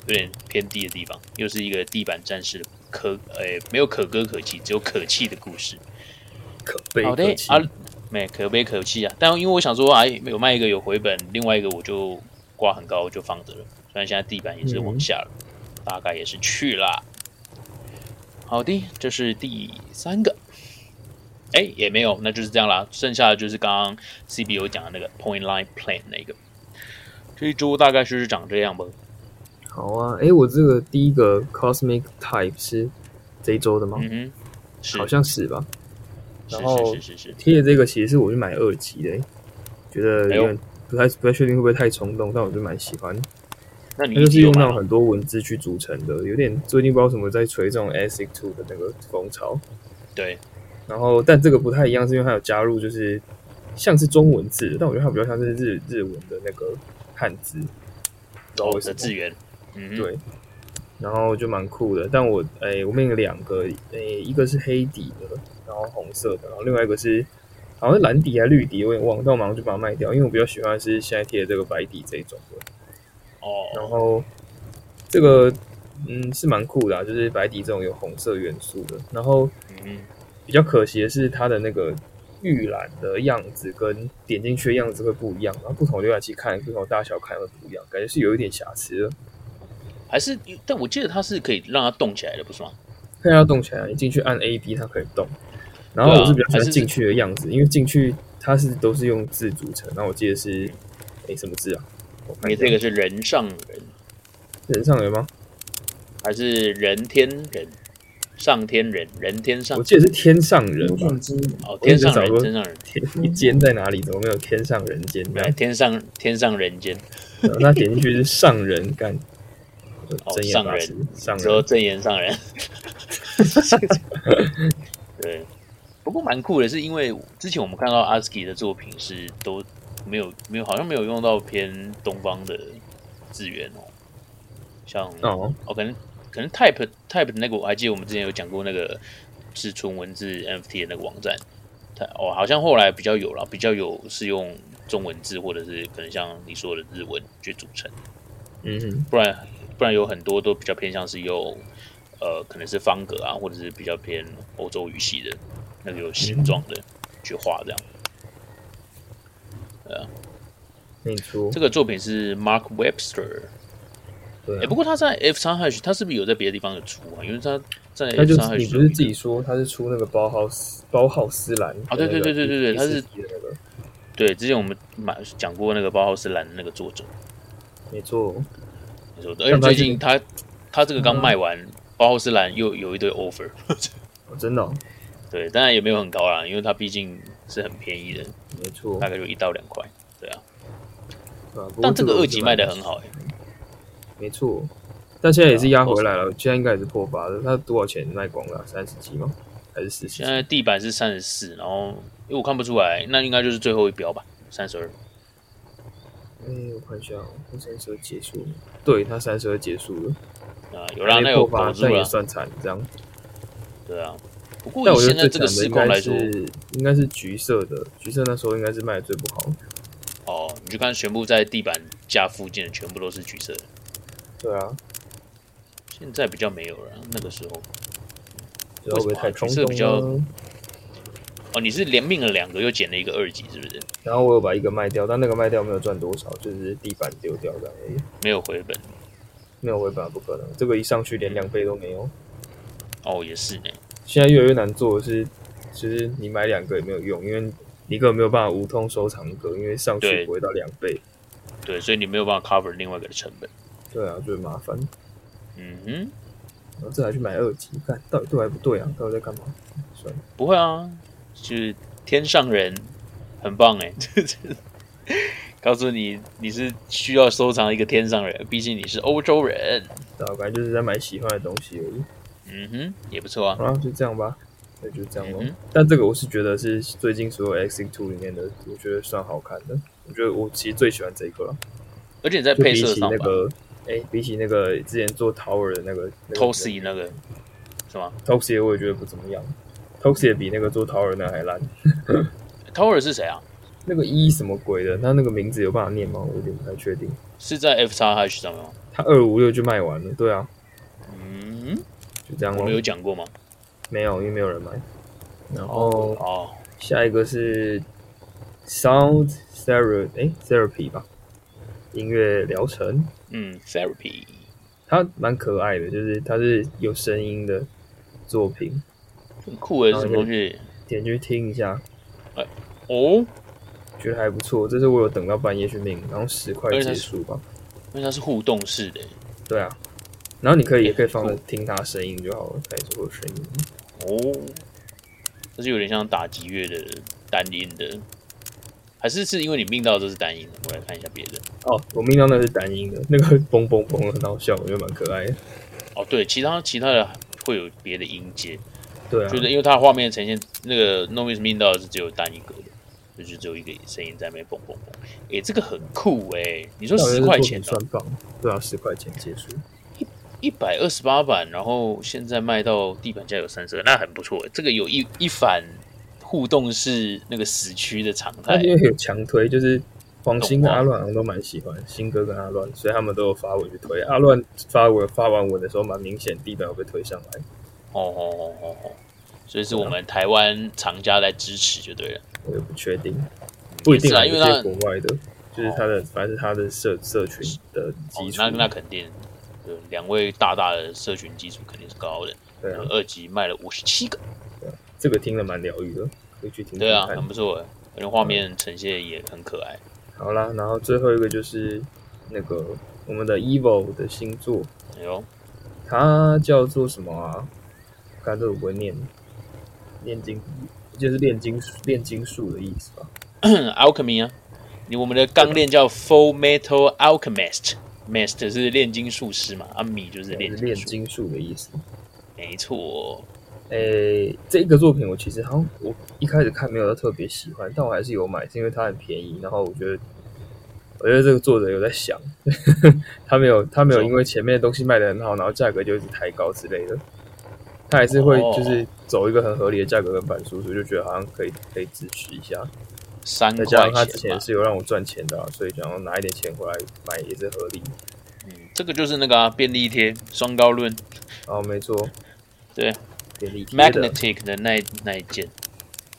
S1: 有点偏低的地方，又是一个地板战士的可诶、没有可歌可泣，只有可泣的故事。
S6: 可悲
S1: 好的
S6: 可气
S1: 啊，没可悲可气啊。但因为我想说，哎，有卖一个有回本，另外一个我就挂很高就放着了。虽然现在地板也是往下了，大概也是去啦。嗯好的，这是第三个。哎，也没有，那就是这样啦。剩下的就是刚刚 CB 有讲的那个 point line plan 那个，这一周大概就是长这样吧。
S6: 好啊，诶，我这个第一个 Cosmic Type 是这一周的吗？
S1: 嗯哼，是，
S6: 好像是吧。
S1: 是
S6: 然后
S1: 是是是是，
S6: 贴的这个其实是我去买二级的、觉得有
S1: 哎
S6: 点不太不太确定会不会太冲动，但我就蛮喜欢。
S1: 那你
S6: 它
S1: 一
S6: 就是
S1: 直有
S6: 用
S1: 买
S6: 那
S1: 吗
S6: 种很多文字去组成的，有点最近不知道为什么在吹这种 ASIC Two 的那个风潮。
S1: 对，
S6: 然后，但这个不太一样，是因为它有加入就是像是中文字，但我觉得它比较像是日日文的那个汉字。
S1: 然后
S6: 为什
S1: 的
S6: 么
S1: 资源，嗯哼，
S6: 对，然后就蛮酷的。但我诶、我们有两个诶、一个是黑底的，然后红色的，然后另外一个是好像是蓝底还是绿底，我也忘了。但我马上就把它卖掉，因为我比较喜欢的是现在贴的这个白底这一种的。然
S1: 哦，
S6: 后这个嗯是蛮酷的、啊，就是白底这种有红色元素的。然后
S1: 嗯哼。
S6: 比较可惜的是它的那个。预览的样子跟点进去的样子会不一样，然后不同浏览器看、不同大小看会不一样，感觉是有一点瑕疵的。
S1: 还是，但我记得它是可以让它动起来的，不是吗？
S6: 看它动起来，你进去按 A B 它可以动。然后
S1: 对啊
S6: 我是比较喜
S1: 还
S6: 欢
S1: 是
S6: 进去的样子，因为进去它是都是用字组成。然后我记得是，哎，什么字啊？我看
S1: 你
S6: 一下
S1: 这个是人上人，
S6: 人上人吗？
S1: 还是人天人？上天人，人天上
S6: 我记得是天上人吧？
S5: 天之人
S1: 哦，
S6: 我一
S1: 天
S6: 直
S1: 上
S6: 想
S1: 人，
S6: 说
S1: 天上人，
S6: 天一间在哪里？怎么没有天上人间？
S1: 没
S6: 然
S1: 有天上天上人间，
S6: 后他点进去是上人干，
S1: 哦
S6: 真眼
S1: 上
S6: 法
S1: 人
S6: 师上
S1: 只有
S6: 人，
S1: 正言上 人。对，不过蛮酷的，是因为之前我们看到 ASCII 的作品是都没有没有，好像没有用到偏东方的资源哦，像
S6: 哦，
S1: 哦，可能可能 Type Type 的那个，我还记得我们之前有讲过那个是纯文字 NFT 的那个网站，它哦好像后来比较有了，比较有是用中文字或者是可能像你说的日文去组成，
S6: 嗯哼，
S1: 不然不然有很多都比较偏向是用呃可能是方格啊，或者是比较偏欧洲语系的那个有形状的去画这样。
S6: 没错
S1: 这，个作品是 Mark Webster，
S6: 对
S1: 哎、
S6: 啊
S1: 不，过他在 F 三 Hash 他是不是有在别的地方有出啊？因为他在
S6: 他
S1: F
S6: 就
S1: 三
S6: 你
S1: Hash
S6: 不是自己说他是出那个包浩斯包浩斯兰的
S1: 哦对对
S6: 那个
S1: 对对对对
S6: 第
S1: 他是
S6: 第四集的那个
S1: 对，之前我们买讲过那个包豪斯兰的那个作者，
S6: 没错，
S1: 你说的，而且
S6: 但他
S1: 最
S6: 是
S1: 近他他这个刚卖完，包豪斯兰又有一堆 offer，
S6: 哦真的哦
S1: 对，当然也没有很高啦，因为它毕竟是很便宜的，
S6: 没错
S1: 大，概就一到两块，对啊。
S6: 啊不过
S1: 但这个
S6: 我
S1: 二
S6: 是
S1: 级卖
S6: 蛮
S1: 的很好、欸，
S6: 没错，但现在也是压回来了，现在应该也是破发的。它多少钱卖光了？啊三十七吗？还是十七
S1: 现？在地板是三十四，然后因为我看不出来，那应该就是最后一标吧，三十二。
S6: 哎、我看一下哦，它三十二结束了。对，它三十二结束了，
S1: 啊，有啦，
S6: 还
S1: 那
S6: 没
S1: 有
S6: 破
S1: 保
S6: 发，
S1: 住
S6: 但也
S1: 了，
S6: 算惨这样。
S1: 对啊。不过
S6: 但
S1: 以
S6: 我觉
S1: 现在
S6: 得
S1: 这个
S6: 最惨的
S1: 市
S6: 应
S1: 况来
S6: 该
S1: 说，
S6: 是应该是橘色的，橘色那时候应该是卖的最不好。
S1: 哦，你就看全部在地板架附近的全部都是橘色的，
S6: 对啊，
S1: 现在比较没有了，那个时候。
S6: 不知道会不会太冲
S1: 橘色比较
S6: 动呢？
S1: 哦，你是连命了两个，又捡了一个二级，是不是？
S6: 然后我有把一个卖掉，但那个卖掉没有赚多少，就是地板丢掉这样而已。
S1: 没有回本。
S6: 没有回本啊不可能，这个一上去连两倍都没有。
S1: 哦，也是呢。
S6: 现在越来越难做的是，其实你买两个也没有用，因为你根本没有办法无痛收藏一个，因为上
S1: 对
S6: 去不会到两倍。
S1: 对，所以你没有办法 cover 另外一个的成本。
S6: 对对啊，就是麻烦。
S1: 嗯哼，
S6: 然后这还去买二级，看到底对还不对啊？到底在干嘛？算了，
S1: 不会啊，就是天上人，很棒哎、 告诉你，你是需要收藏一个天上人，毕竟你是欧洲人。
S6: 大概啊就是在买喜欢的东西而已。
S1: 嗯哼，也不错啊
S6: 好。啦，就这样吧，那就这样咯。
S1: 嗯哼
S6: 但这个我是觉得是最近所有 X Two 里面的，我觉得算好看的。我觉得我其实最喜欢这个了，
S1: 而且你在
S6: 就
S1: 配
S6: 比
S1: 色
S6: 起
S1: 上
S6: 那
S1: 吧，
S6: 个，哎、比起那个之前做 Tower 的那个
S1: 偷 C 那个什么
S6: t o x i 我也觉得不怎么样 t o x i 比那个做 Tower 的那个还烂。
S1: Tower 是谁啊？
S6: 那个一、什么鬼的？他那个名字有办法念吗？我有点不太确定。
S1: 是在 F 叉 H 上面吗？
S6: 他二五六就卖完了，对啊，
S1: 嗯，
S6: 就这样
S1: 我
S6: 咯
S1: 们有讲过吗？
S6: 没有，因为没有人买。然后
S1: 哦，
S6: 下一个是 Sound Therapy，哎，Therapy 吧，音乐疗程，
S1: 嗯，Therapy，
S6: 它蛮可爱的，就是它是有声音的作品，
S1: 很酷欸的是什么东西？
S6: 点进去听一下，
S1: 哦，
S6: 觉得还不错。这是我有等到半夜去命，然后十块
S1: 而且它
S6: 结
S1: 是
S6: 束吧。
S1: 因为它是互动式的欸
S6: 对啊，然后你可以也可以放着
S1: 酷
S6: 听它声音就好了，它也是会有声音。
S1: 哦，这是有点像打击乐的单音的，还是是因为你命到这是单音的？我来看一下别的。
S6: 哦，我命到那是单音的，那个 嘣嘣嘣很好笑，我觉得蛮可爱的。
S1: 哦，对，其他其他的会有别的音阶，
S6: 对啊，
S1: 就是因为它的画面呈现那个 No Miss 命到的是只有单一格的。就是只有一个声音在那边蹦蹦蹦，诶、这个很酷诶、你说
S6: 那我觉得
S1: 十
S6: 这
S1: 块
S6: 作
S1: 钱哦
S6: 品
S1: 的、
S6: 算棒，对啊，十块钱结束。
S1: 一百二十八版，然后现在卖到地板价有三十，那很不错。这个有一一反互动是那个死区的常
S6: 他
S1: 态
S6: 因为有强推，就是黄兴跟
S1: 懂啊
S6: 阿乱好像都蛮喜欢新哥跟阿乱，所以他们都有发文去推。阿乱发文发完文的时候，蛮明显地板有被推上来。
S1: 哦哦哦哦哦，所以是我们台湾厂家来支持就对了，
S6: 我也不确定，不一定
S1: 是啊因为
S6: 有些
S1: 那
S6: 国外的，就是他的，反正是他的社社群的
S1: 哦
S6: 基础。
S1: 那那肯定，呃两位大大的社群基础肯定是高的。
S6: 对啊，
S1: 二级卖了五十七个，
S6: 这个听了蛮疗愈的，可以去听听
S1: 对啊，
S6: 看
S1: 很。不错诶，而且画面呈现也很可爱。
S6: 好啦，然后最后一个就是那个我们的 Evil 的星座，
S1: 哎呦，
S6: 它叫做什么啊？刚才我不会念，炼金，就是炼金术炼金术的意思吧？
S1: Alchemy 啊，你我们的钢炼叫 Full Metal Alchemist，Master 是炼金术师嘛，阿、米就是
S6: 对
S1: 炼
S6: 是
S1: 金
S6: 炼
S1: 术，
S6: 金术的意思。
S1: 没错。
S6: 诶、这个作品我其实好像我一开始看没有特别喜欢，但我还是有买，是因为它很便宜。然后我觉得，我觉得这个作者有在想， 他没有他没有
S1: 哦
S6: 因为前面的东西卖的很好，然后价格就一直抬高之类的，他还是会
S1: 哦
S6: 就是走一个很合理的价格跟版数，所以就觉得好像可以可以支持一下。
S1: 三
S6: 再
S1: 块
S6: 加
S1: 嗯
S6: 上
S1: 钱
S6: 他之前
S1: 吧。
S6: 是有让我赚钱的啊、所以想要拿一点钱回来买也是合理。
S1: 嗯，这个就是那个、啊、便利贴双高论
S6: 哦，没错，
S1: 对，
S6: 便利贴的，
S1: magnetic 的那一那一件，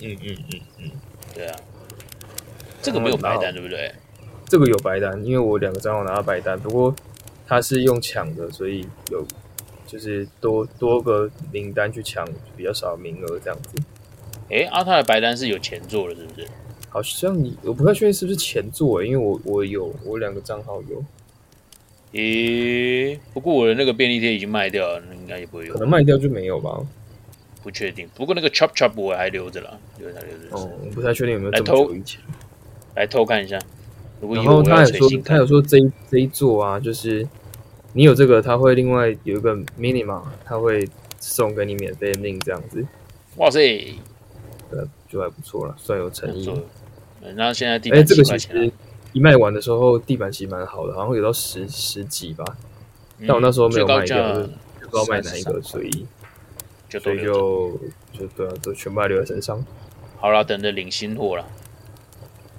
S6: 嗯嗯嗯嗯，
S1: 对啊，这个没有白
S6: 哦
S1: 单对不对？
S6: 这个有白单，因为我两个账号拿到白单，不过他是用抢的，所以有就是多多个名单去抢比较少的名额这样子。
S1: 诶，阿、泰的白单是有钱做的，是不是？
S6: 好像你我不太确定是不是前座、因为我我有我两个账号有，
S1: 诶，不过我的那个便利贴已经卖掉了，那应该也不会有
S6: 可，能卖掉就没有吧。
S1: 不确定。不过那个 chop chop 我还留着啦，留着留着，
S6: 哦，我不太确定有没有
S1: 来
S6: 这么
S1: 偷
S6: 久以前。
S1: 来偷看一下。如果
S6: 然
S1: 有，
S6: 后
S1: 哎我要
S6: 他有
S1: 捶
S6: 说
S1: 心，
S6: 他
S1: 肝
S6: 有。说这一这一座啊，就是你有这个，他会另外有一个 mini 嘛，他会送给你免费的命这样子，
S1: 哇塞，
S6: 对，就还不错了，算有诚
S1: 不
S6: 意。
S1: 错。嗯那现在地
S6: 哎，
S1: 板
S6: 这
S1: 七
S6: 个
S1: 块
S6: 其
S1: 钱啊了
S6: 实。一卖完的时候，地板其实蛮好的，好像有到十十几吧，但我那时候没有卖掉，就
S1: 嗯最高价
S6: 是不知道卖哪一个，所以
S1: 就都
S6: 所以
S1: 留着。
S6: 就就对啊，都全部还留在身上
S1: 好了，等着领新货了。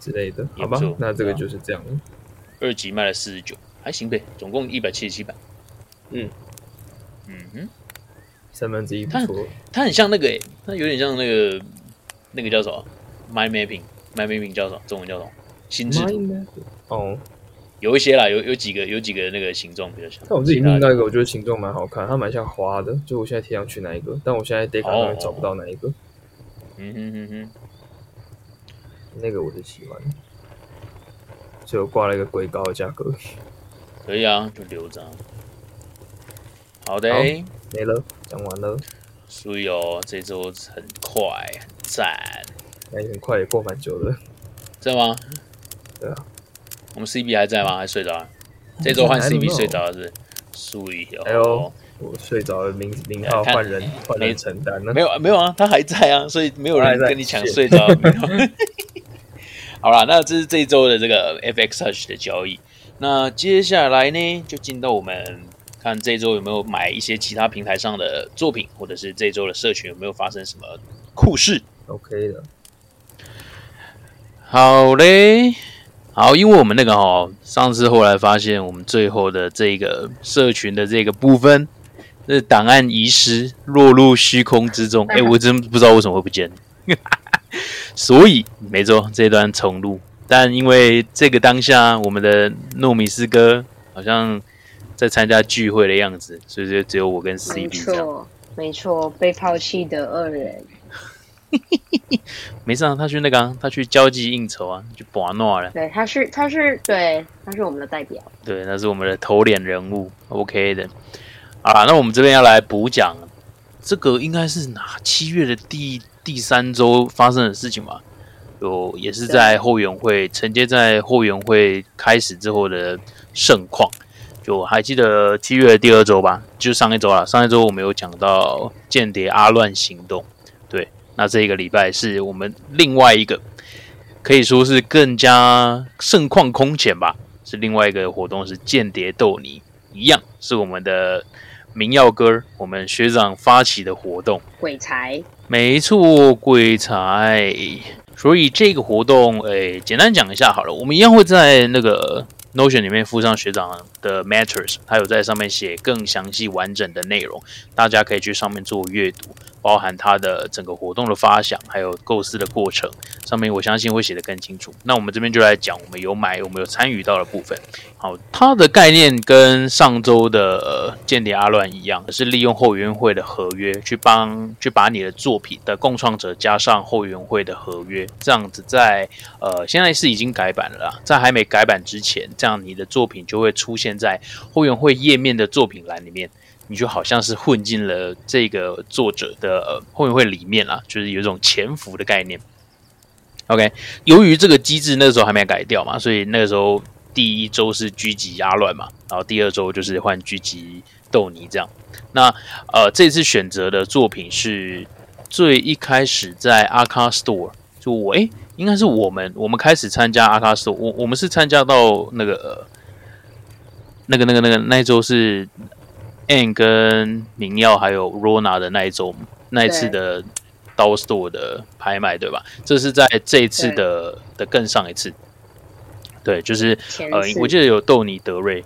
S6: 之类的，
S1: 也
S6: 好
S1: 不
S6: 吧
S1: 错？
S6: 那这个
S1: 对啊
S6: 就是这样了。
S1: 二级卖了四十九，还行呗，总共一百七十七版。
S6: 嗯
S1: 嗯哼，
S6: 三分之一不
S1: 它
S6: 错，
S1: 它很像那个、欸，它有点像那个那个叫什么？My Mapping，My Mapping 叫什么？中文叫什么？心智图
S6: Mind Map 哦，
S1: 有一些啦，有有几个有几个那个形状比较像。
S6: 但我自己
S1: 其他
S6: 命
S1: 的
S6: 到一个，我觉得形状蛮好看，它蛮像花的，就我现在贴上去哪一个，但我
S1: 哦
S6: 现在 d e c a 上面找不到哪一个，
S1: 嗯哼哼哼，
S6: 那个我是喜欢的，所以我挂了一个鬼高的价格，
S1: 可以啊，就留着啊。好的，欸
S6: 好没了，讲完了，
S1: 所以哦，这周很快，很赞，
S6: 那也很快也过蛮久了，
S1: 在吗？
S6: 对啊，嗯
S1: 我们 CB 还在吗？还睡着了？这周换
S6: I don't
S1: CB
S6: know
S1: 睡着了是？所以
S6: 哎
S1: 哦
S6: 呦，我睡着了，明明浩
S1: 看
S6: 换人换
S1: 没
S6: 人承担了
S1: 没，有没有啊，他还在啊，所以没有
S6: 他还
S1: 人
S6: 在
S1: 跟你抢
S6: 谢
S1: 睡 着。啊没有好啦，那这是这一周的这个 FX Hush 的交易。那接下来呢，就进到我们看这周有没有买一些其他平台上的作品，或者是这周的社群有没有发生什么酷事。
S6: OK 的，
S1: 好嘞，好，因为我们那个哦，上次后来发现我们最后的这个社群的这个部分，这档案遗失，落入虚空 之中。哎、我真不知道为什么会不见， 所以没错，这段重录。但因为这个当下，我们的糯米师哥好像在参加聚会的样子，所以就只有我跟
S3: 没
S1: CB 这样。
S3: 错，没错，被抛弃的二人，
S1: 没事啊，他去那个、啊，他去交际应酬啊，去把闹了。
S3: 对，他是他是对，他是我们的代表，
S1: 对，那是我们的头脸人物，OK 的。好啦，那我们这边要来补讲，这个应该是哪七月的第第三周发生的事情吧？有也是在后援会承接在后援会开始之后的盛况，就还记得七月的第二周吧，就是上一周啦。上一周我们有讲到间谍阿乱行动，对，那这一个礼拜是我们另外一个可以说是更加盛况空前吧，是另外一个活动是间谍斗泥，一样是我们的明耀哥，我们学长发起的活动。
S3: 鬼才，
S1: 没错，鬼才。所以这个活动，诶，简单讲一下好了。我们一样会在那个 Notion 里面附上学长的 matters，他有在上面写更详细完整的内容，大家可以去上面做阅读，包含他的整个活动的发想，还有构思的过程。上面我相信会写得更清楚。那我们这边就来讲我们有买、我们有参与到的部分。好，它的概念跟上周的、呃、间谍阿乱一样，是利用后援会的合约去帮去把你的作品的共创者加上后援会的合约，这样子在呃现在是已经改版了啦，在还没改版之前，这样你的作品就会出现在后援会页面的作品栏里面。你就好像是混进了这个作者的、呃、后援会里面啦，就是有一种潜伏的概念。OK，由于这个机制那时候还没改掉嘛，所以那个时候第一周是狙击阿乱嘛，然后第二周就是换狙击豆泥这样。那呃，这次选择的作品是最一开始在 a k a Store，就我诶、应该是我们我们开始参加 a k a Store，我我们是参加到那个、呃那个那个那个那一周是 Ann 跟明耀还有 Rona 的那一周，那一次
S3: 对
S1: 的 Doll Store 的拍卖对吧？这是在这一次
S3: 对
S1: 的的更上一次，对，就是
S3: 前
S1: 呃，
S3: 世
S1: 我记得有豆尼德瑞。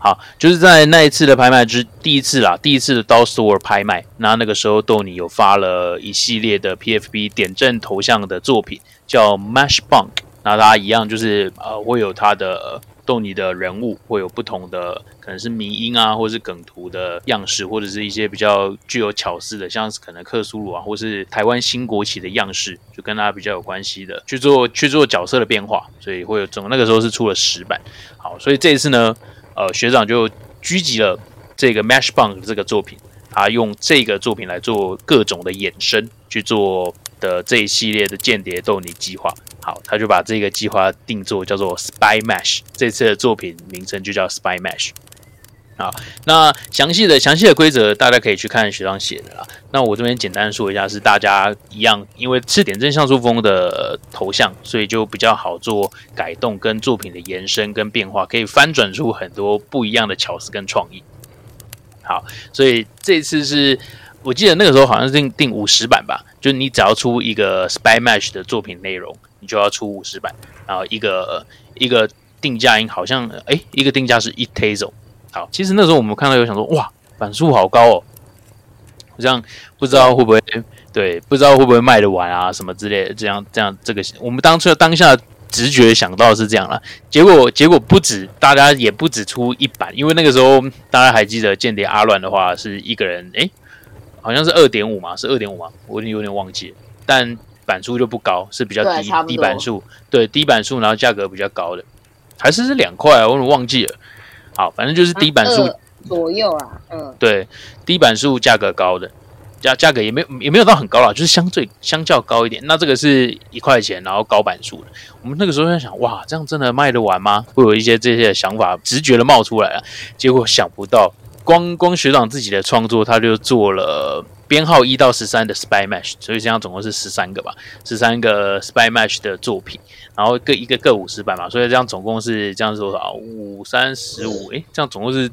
S1: 好，就是在那一次的拍卖之第一次啦，第一次的 Doll Store 拍卖，那那个时候豆尼有发了一系列的 PFP 点阵头像的作品，叫 Mash Bunk。那大家一样就是呃，会有他的呃豆泥的人物，会有不同的可能是迷音啊，或是梗图的样式，或者是一些比较具有巧思的，像是可能克苏鲁啊，或是台湾新国旗的样式，就跟它比较有关系的去做去做角色的变化，所以会有总那个时候是出了十版。好，所以这一次呢，呃，学长就狙击了这个 Mash Bang 这个作品，他用这个作品来做各种的衍生，去做的这一系列的间谍斗你计划。好，他就把这个计划定做叫做 Spy Mash，这次的作品名称就叫 Spy Mash。好，那详细的详细的规则大家可以去看学长写的啦。那我这边简单说一下，是大家一样，因为是点阵像素风的头像，所以就比较好做改动跟作品的延伸跟变化，可以翻转出很多不一样的巧思跟创意。好，所以这次是我记得那个时候好像是定定五十版吧，就你只要出一个 Spy Match 的作品内容，你就要出五十版，然后一个呃一个定价应好像哎、诶一个定价是一 Tazel。好，其实那时候我们看到有想说哇版数好高哦，好像不知道会不会对，不知道会不会卖得完啊什么之类的，这样这样这个我们当初当下直觉想到是这样啦，结果结果不止，大家也不止出一版，因为那个时候大家还记得间谍阿乱的话是一个人，诶，好像是二点五嘛，是二点五嘛，我有点忘记了，但版数就不高，是比较
S3: 对
S1: 低
S3: 差不多
S1: 低版数，对低版数，然后价格比较高的。还是是两块啊，我有点忘记了。好，反正就是低版数
S4: 啊二呃左右啊， 嗯，
S1: 对，低版数价格高的，价价格也没有也没有到很高啦，就是相对相较高一点。那这个是一块钱，然后高版数的。我们那个时候在想，哇，这样真的卖得完吗？会有一些这些想法直觉的冒出来啊。结果想不到，光光学长自己的创作，他就做了编号一到十三的 Spy Match，所以这样总共是十三个吧，十三个 Spy Match 的作品，然后各一个各五十版嘛，所以这样总共是这样是多少？五三十五，诶，这样总共是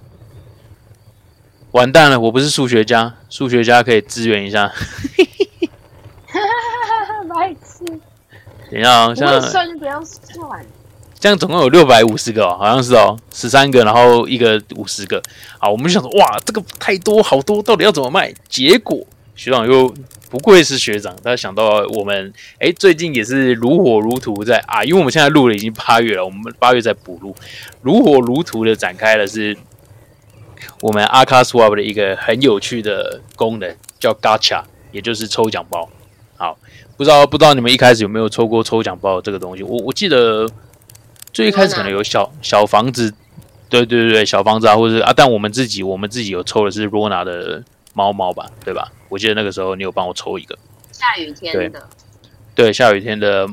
S1: 完蛋了，我不是数学家，数学家可以支援一下。
S4: 白痴，
S1: 等一下啊，
S4: 不会
S1: 像
S4: 算就不要算，
S1: 这样总共有六百五十个哦，好像是哦，十三个，然后一个五十个。好，我们就想说，哇，这个太多，好多，到底要怎么卖？结果学长又不愧是学长，他想到我们，哎，最近也是如火如荼在啊，因为我们现在录了已经八月了，我们八月在补录，如火如荼的展开了是我们 a r k a Swap 的一个很有趣的功能，叫 Gacha，也就是抽奖包。好，不知道不知道你们一开始有没有抽过抽奖包这个东西？我我记得最一开始可能有小小房子，对对对对，小房子啊，或者是啊，但我们自己我们自己有抽的是 Rona 的猫猫吧，对吧？我记得那个时候你有帮我抽一个，
S4: 下雨天的，
S1: 对，下雨天的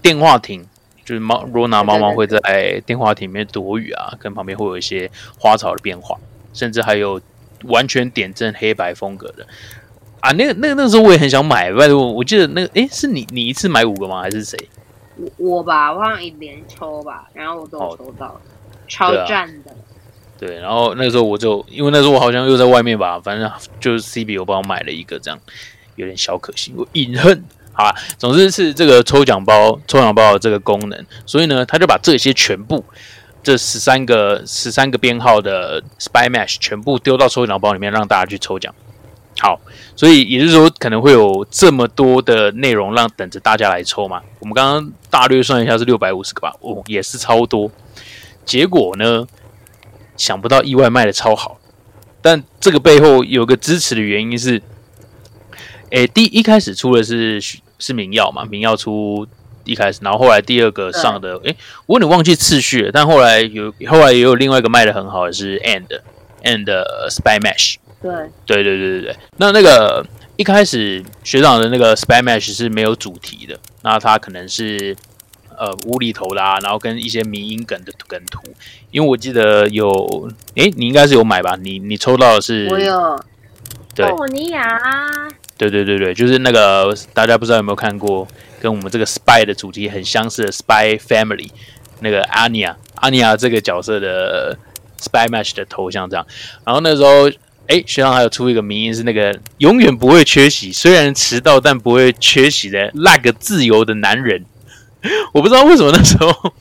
S1: 电话亭，就是猫 Rona 猫猫会在电话亭里面躲雨啊，跟旁边会有一些花草的变化，甚至还有完全点阵黑白风格的啊。那个那个那个时候我也很想买，拜托，我记得那个诶，是你你一次买五个吗？还是谁？
S4: 我我吧，我好像一连抽吧，然后我都有抽到，超
S1: 哦对啊
S4: 赞的，
S1: 对，然后那个时候我就因为那时候我好像又在外面吧，反正就是 CB 有帮我买了一个，这样有点小可惜，我隐恨。好啦，总之是这个抽奖包，抽奖包有这个功能，所以呢，他就把这些全部这十三个十三个编号的 Spy Match 全部丢到抽奖包里面，让大家去抽奖。好，所以也就是说，可能会有这么多的内容让等着大家来抽嘛。我们刚刚大略算一下是六百五十个吧，哦，也是超多。结果呢，想不到意外卖的超好，但这个背后有个支持的原因是，诶，第一开始出的是是明耀嘛，明耀出一开始，然后后来第二个上的，诶，我有点忘记次序了，但后来有后来也有另外一个卖的很好的是 And And Spy Mesh，
S4: 对，
S1: 对对对对对，那那个一开始学长的那个 spam match 是没有主题的，那它可能是呃无厘头的啊，然后跟一些迷因梗的梗图，因为我记得有，诶，你应该是有买吧？你你抽到的是，
S4: 我有哦
S1: 对
S4: 欧尼亚，
S1: 对对对对，就是那个大家不知道有没有看过，跟我们这个 spy 的主题很相似的 spy family，那个阿尼亚阿尼亚这个角色的 spy match 的头像这样。然后那时候，哎，学长还有出一个名言是那个永远不会缺席，虽然迟到但不会缺席的那个自由的男人。 我不知道为什么那时候，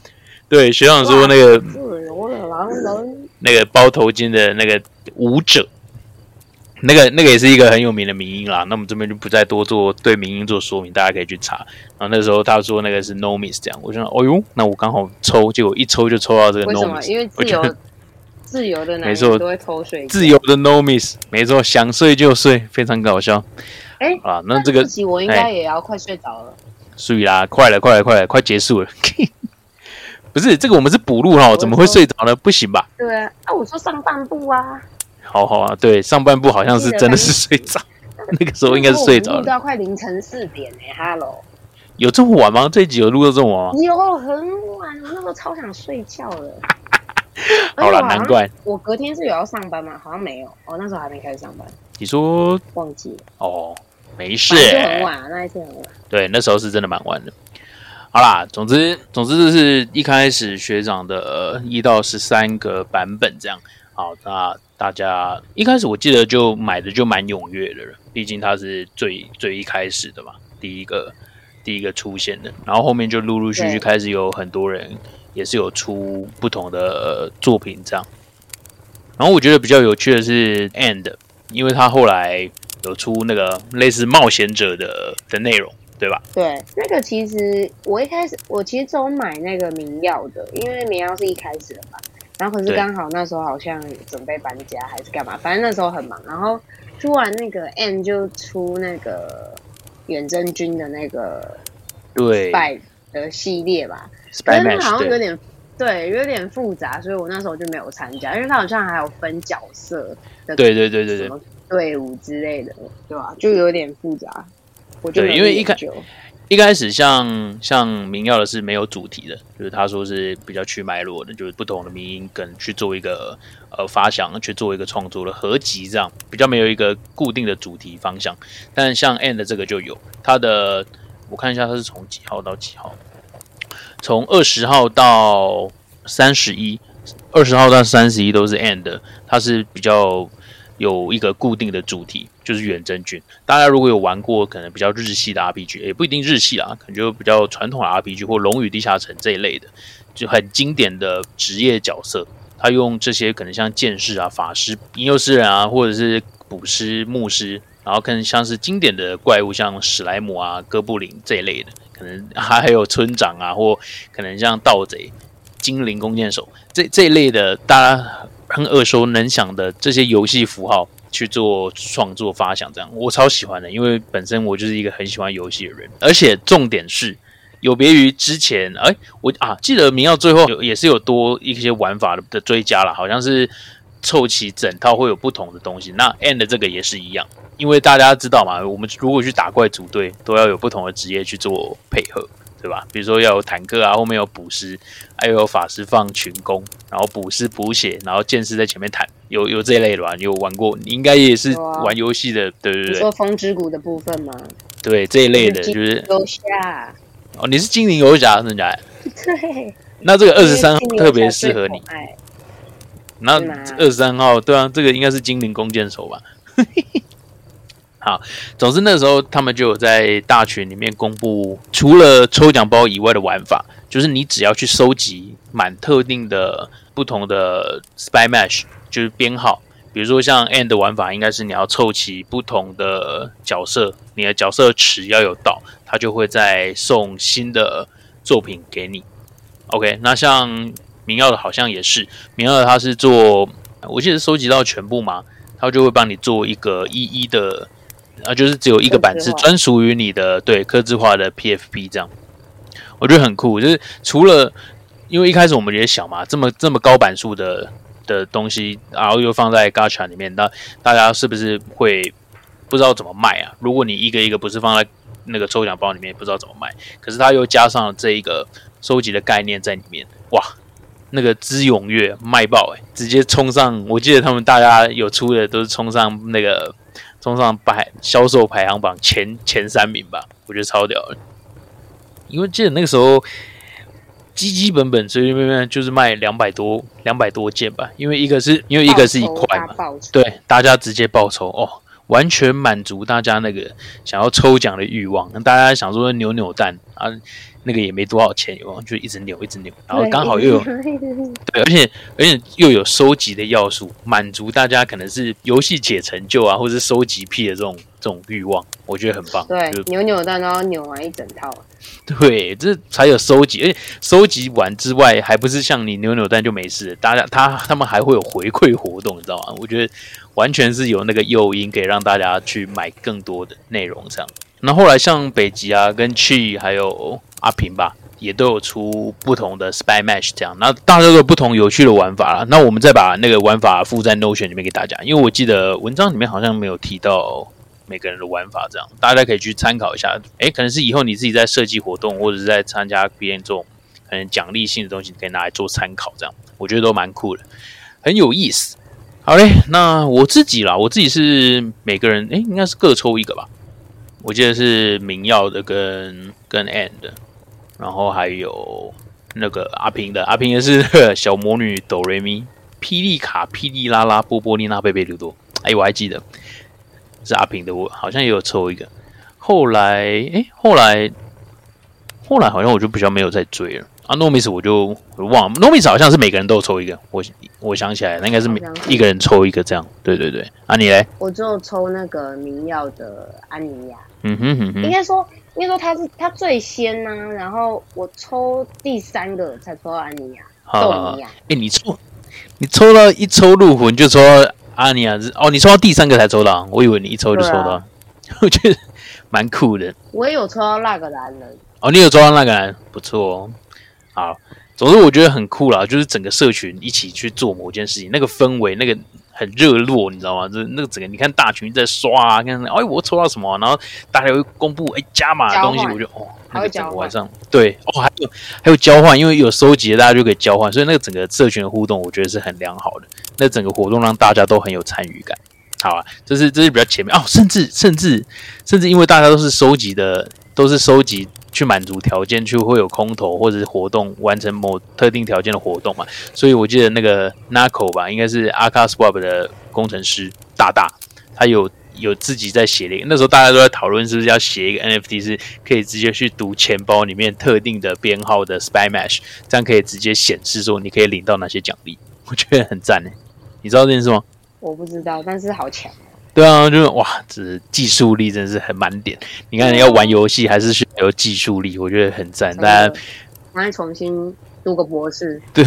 S1: 对学长说那个
S4: 自由的狼人，
S1: 那个包头巾的那个舞者，那个那个也是一个很有名的名音啦。那我们这边就不再多做对名音做说明，大家可以去查。然后那时候他说那个是 No Miss 这样，我就想，哦呦，那我刚好抽，结果一抽就抽到这个
S4: 为
S1: No
S4: 什么？
S1: Miss，
S4: 因为
S1: 我
S4: 自
S1: 觉
S4: 由
S1: 得
S4: 自由的男
S1: 没错
S4: 人都会偷水，
S1: 自由的 No Miss，没错，想睡就睡，非常搞笑。
S4: 哎
S1: 好啦，那这个哎
S4: 期我应该也要快睡着了，
S1: 所以啦，快了，快了，快了，快结束了。 不是这个，我们是补录哈，
S4: 我
S1: 怎么会
S4: 说
S1: 睡着呢？不行吧？
S4: 对啊，啊，我说上半部啊，
S1: 好好啊，对，上半部好像是真的是睡着，那个时候应该是睡着
S4: 我们
S1: 了
S4: 录。到快凌晨四点呢、哈喽，
S1: 有这么晚吗？这一集有录到这么晚吗？
S4: 有很晚，我那时候超想睡觉的。
S1: 好
S4: 了
S1: 啦，，难怪
S4: 我隔天是有要上班吗？好像没有，哦，那时候还没开始上班，
S1: 你说
S4: 忘记了。
S1: 哦，没事
S4: 反、正就很晚啊，那一天很晚。
S1: 对，那时候是真的蛮晚的。好啦，总之，总之这是一开始学长的呃一到十三个版本这样。好，那大家一开始我记得就买的就蛮踊跃的了，毕竟它是最最一开始的嘛，第一个第一个出现的，然后后面就陆陆续续
S4: 对
S1: 开始有很多人也是有出不同的、呃作品这样。然后我觉得比较有趣的是 And，因为他后来有出那个类似冒险者的的内容，对吧？
S4: 对，那个其实我一开始我其实只有买那个明药的，因为明药是一开始的嘛。然后可是
S1: 对
S4: 刚好那时候好像准备搬家还是干嘛，反正那时候很忙。然后突然那个 N 就出那个远征军的那个
S1: 对
S4: Spy 的系列吧，可
S1: Spy
S4: 是那好
S1: Match
S4: 像有
S1: 对
S4: 点对，有点复杂，所以我那时候就没有参加，因为它好像还有分角色的，
S1: 对对对对对
S4: 什么队伍之类的，对吧、就有点复杂，我就
S1: 对
S4: 没有
S1: 因为一
S4: 研
S1: 开
S4: 究
S1: 一开始像像民谣的是没有主题的，就是他说是比较去脉络的，就是不同的民音梗去做一个呃发想，去做一个创作的合集，这样比较没有一个固定的主题方向。但像 End 这个就有，它的我看一下它是从几号到几号，从二十号到三十一，二十号到三十一都是 End，它是比较有一个固定的主题，就是远征军。大家如果有玩过可能比较日系的 RPG，也不一定日系啊，可能就比较传统的 RPG 或《龙与地下城》这一类的，就很经典的职业角色，他用这些可能像剑士啊、法师、吟游诗人啊，或者是捕师、牧师，然后更像是经典的怪物，像史莱姆啊、哥布林这一类的，可能还有村长啊，或可能像盗贼、精灵弓箭手这这一类的，大家很耳熟能详的这些游戏符号去做创作发想，这样我超喜欢的，因为本身我就是一个很喜欢游戏的人，而且重点是。有别于之前，哎、我啊记得明耀最后有也是有多一些玩法的的追加了，好像是凑齐整套会有不同的东西。那 End 这个也是一样，因为大家知道嘛，我们如果去打怪组队，都要有不同的职业去做配合，对吧？比如说要有坦克啊，后面有捕师，还有法师放群攻，然后捕师补血，然后剑士在前面坦，有有这一类的吧？你有玩过？你应该也是
S4: 有啊
S1: 玩游戏的，对对
S4: 你
S1: 对
S4: 说风之谷的部分吗？
S1: 对，这一类的就是
S4: 有下，
S1: 哦，你是精灵游侠，真的假的？
S4: 对，
S1: 那这个二十三
S4: 因为
S1: 特别适合你
S4: 精灵游侠最。可爱
S1: 那
S4: 是吗
S1: 二十三号，对啊，这个应该是精灵弓箭手吧？ 好，总之那时候他们就有在大群里面公布，除了抽奖包以外的玩法，就是你只要去收集满特定的不同的 spy match，就是编号。比如说像 end 的玩法，应该是你要凑齐不同的角色，你的角色池要有到，它就会再送新的作品给你。OK，那像民耀的好像也是，明二他是做，我记得收集到全部嘛，他就会帮你做一个一一的，啊，就是只有一个版
S4: 客制
S1: 是
S4: 化
S1: 专属于你的，对，刻字化的 PFP 这样，我觉得很酷。就是除了因为一开始我们也想嘛，这么这么高版数的的东西，然后又放在 Gacha 里面，那大家是不是会不知道怎么卖啊？如果你一个一个不是放在那个抽奖包里面，不知道怎么卖，可是他又加上了这一个收集的概念在里面，哇！那个之踊跃卖爆哎、欸直接冲上！我记得他们大家有出的都是冲上那个冲上排销售排行榜前前三名吧，我觉得超屌的。因为记得那个时候基基本本随随便便就是卖两百多两百多件吧，因为一个是因为一个是一
S4: 报仇
S1: 块
S4: 大
S1: 嘛，
S4: 报仇
S1: 对，大家直接报仇哦，完全满足大家那个想要抽奖的欲望。大家想说扭扭蛋啊，那个也没多少钱，有没有就一直扭一直扭，然后刚好又有对，而且而且又有收集的要素，满足大家可能是游戏解成就啊，或是收集癖的这种这种欲望，我觉得很棒。
S4: 对
S1: 就
S4: 扭扭蛋，然后扭完一整套，
S1: 对，这才有收集，而且收集完之外，还不是像你扭扭蛋就没事了，大家他他们还会有回馈活动，你知道吗？我觉得完全是有那个诱因，可以让大家去买更多的内容这样。那后来像北极啊、跟 Chi 还有阿平吧，也都有出不同的 Spy Match 这样，那大家都有不同有趣的玩法啦。那我们再把那个玩法附在 Notion 里面给大家，因为我记得文章里面好像没有提到每个人的玩法，这样大家可以去参考一下。诶，可能是以后你自己在设计活动或者是在参加别人这种可能奖励性的东西，你可以拿来做参考，这样我觉得都蛮酷的，很有意思。好嘞，那我自己啦，我自己是每个人诶，应该是各抽一个吧。我记得是明耀的跟跟 End，的然后还有那个阿平的，阿平的是 小魔女哆瑞咪、霹雳卡、霹雳拉拉、波波丽娜、贝贝鲁多。哎，我还记得，是阿平的，我好像也有抽一个。后来，哎，后来，后来好像我就比较没有再追了。啊，Nomis 我就我忘了，Nomis 好像是每个人都有抽一个，我我想起来，那应该是每
S4: 好像是
S1: 一个人抽一个这样。对对对，啊你嘞？
S4: 我就抽那个民耀的安妮亚，
S1: 嗯哼哼
S4: 应
S1: 哼，
S4: 该说应该说他是他最先呐、然后我抽第三个才抽到安妮亚，
S1: 好好
S4: 豆
S1: 好
S4: 尼，亚，
S1: 哎你抽你抽到一抽入魂就抽到阿尼亚，哦你抽到第三个才抽到，我以为你一抽就抽
S4: 对
S1: 到
S4: 啊，
S1: 我觉得蛮酷的。
S4: 我也有抽到那个男人，
S1: 哦，你有抓到那个人，不错哦。好，总之我觉得很酷啦，就是整个社群一起去做某件事情，那个氛围，那个很热络，你知道吗？就是那个整个你看大群在刷啊，看哎我抽到什么啊，然后大家会公布哎加码的东西，
S4: 交换
S1: 我觉得哦，
S4: 还
S1: 那
S4: 会
S1: 个整个
S4: 交换
S1: 晚上对哦，还有还有交换，因为有收集的大家就可以交换，所以那个整个社群的互动我觉得是很良好的，那整个活动让大家都很有参与感。好啊，这是这是比较前面哦，甚至甚至甚至因为大家都是收集的，都是收集去满足条件，去会有空投或者是活动完成某特定条件的活动嘛，所以我记得那个 Nako 吧，应该是 a k a Swap 的工程师大大，他有有自己在写了一个，那时候大家都在讨论是不是要写一个 NFT 是可以直接去读钱包里面特定的编号的 Spy Match，这样可以直接显示说你可以领到哪些奖励， 我觉得很赞呢。欸你知道这件事吗？
S4: 我不知道，但是好强。
S1: 对啊，就是哇，这技术力真是很满点。你看，要玩游戏还是需要有技术力，我觉得很赞。大家
S4: 我再重新读个博士，
S1: 对，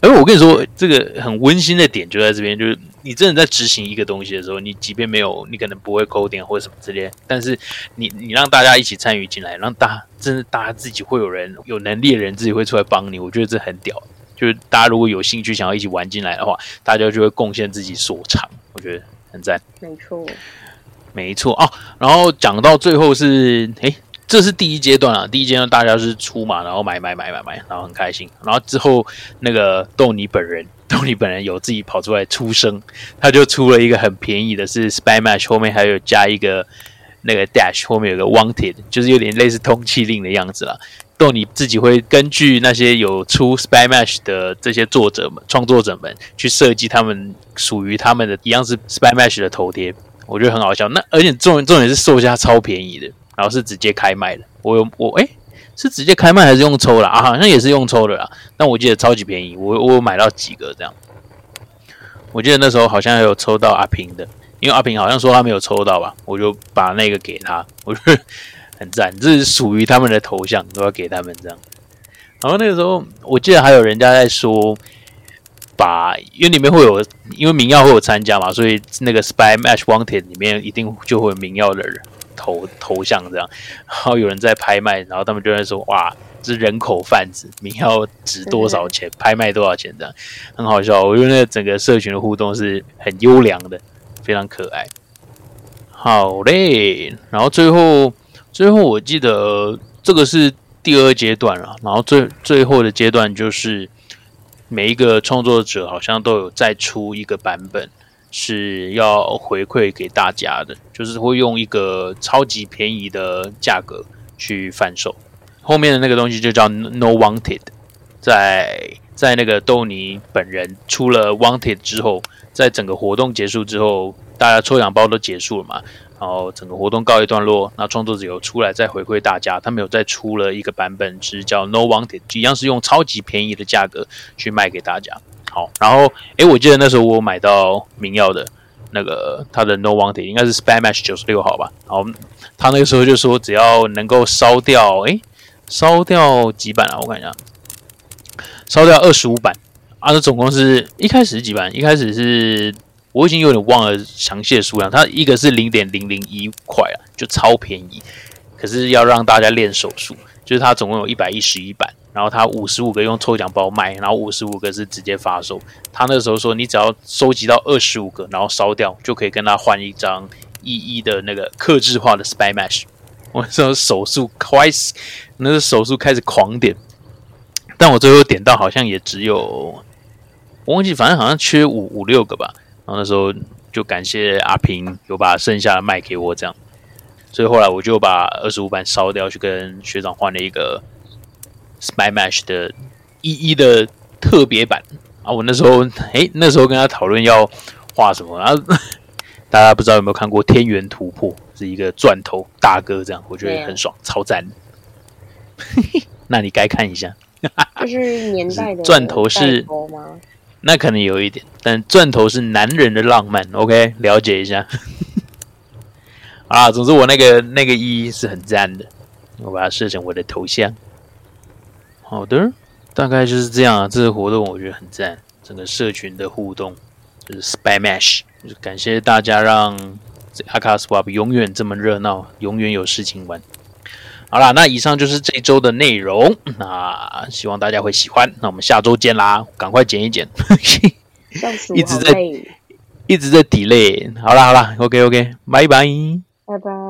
S1: 而我跟你说，这个很温馨的点就在这边，就是你真的在执行一个东西的时候，你即便没有，你可能不会 coding 或者什么之类，但是你你让大家一起参与进来，让大真的大家自己会有人有能力的人自己会出来帮你，我觉得这很屌。就是大家如果有兴趣想要一起玩进来的话，大家就会贡献自己所长，我觉得很赞。
S4: 没错。
S1: 没错哦，然后讲到最后是，诶，这是第一阶段啊，第一阶段大家是出嘛，然后买买买买买，然后很开心，然后之后那个豆泥本人， 豆泥本人有自己跑出来出声，他就出了一个很便宜的，是 Spy Match 后面还有加一个那个 Dash 后面有个 Wanted，就是有点类似通缉令的样子啦。豆你自己会根据那些有出 Spy Match 的这些作者们、创作者们去设计他们属于他们的一样是 Spy Match 的头贴，我觉得很好笑。那而且重点重点是售价超便宜的，然后是直接开卖的。我有我诶、是直接开卖还是用抽啦？啊，好像也是用抽的啦。但我记得超级便宜，我我有买到几个这样。我记得那时候好像还有抽到阿平的，因为阿平好像说他没有抽到吧，我就把那个给他， 我觉得很赞，这是属于他们的头像，都要给他们这样。然后那个时候我记得还有人家在说，把因为里面会有因为民耀会有参加嘛，所以那个 Spy Match Wanted 里面一定就会有民耀的人头头像这样，然后有人在拍卖，然后他们就在说哇，这是人口贩子，民耀值多少钱，拍卖多少钱这样，很好笑。我觉得那个整个社群的互动是很优良的，非常可爱。好嘞，然后最后最后我记得这个是第二阶段了，然后最最后的阶段就是每一个创作者好像都有再出一个版本是要回馈给大家的，就是会用一个超级便宜的价格去贩售。后面的那个东西就叫 No Wanted，在在那个豆泥本人出了 Wanted 之后，在整个活动结束之后，大家抽奖包都结束了嘛，然后整个活动告一段落，那创作者有出来再回馈大家，他们有再出了一个版本是叫 No Wanted，一样是用超级便宜的价格去卖给大家。好，然后诶，我记得那时候我有买到明耀的那个他的 No Wanted 应该是 Spy Match 九十六号吧，然后他那个时候就说只要能够烧掉诶，烧掉几版啊？我看一下，烧掉二十五版啊，这总共是一开始是几版？一开始是我已经有点忘了详细的数量，它一个是零点零零一块啊，就超便宜。可是要让大家练手速，就是它总共有一百一十一版，然后它五十五个用抽奖包卖，然后五十五个是直接发售。他那时候说，你只要收集到二十五个，然后烧掉，就可以跟他换一张一一的那个克制化的 Spy Match。我那时候手速开始，那时候手速开始狂点，但我最后点到好像也只有我忘记，反正好像缺五五六个吧。然后那时候就感谢阿平有把剩下的卖给我，这样。所以后来我就把二十五版烧掉，去跟学长换了一个 Spy Match 的一一的特别版啊。我那时候诶，那时候跟他讨论要画什么，然后 大家不知道有没有看过《天元突破》，是一个钻头大哥这样，我觉
S4: 没
S1: 得
S4: 有
S1: 很爽，超赞。 那你该看一下。
S4: 就是年代的
S1: 钻头啊是
S4: 代沟吗？
S1: 那可能有一点，但钻头是男人的浪漫，OK，了解一下。 啊，总之我那个那个一是很赞的，我把它设成我的头像。好的，大概就是这样啊。这个活动我觉得很赞，整个社群的互动就是 Spy Mash，就是感谢大家让阿卡 Swap 永远这么热闹，永远有事情玩。好啦，那以上就是这一周的内容，那希望大家会喜欢。那我们下周见啦，赶快剪一剪，
S4: 笑死
S1: 一直
S4: 我好
S1: 在
S4: 累，
S1: 一直在 delay。好啦好啦，OK OK，拜拜。
S4: 拜拜。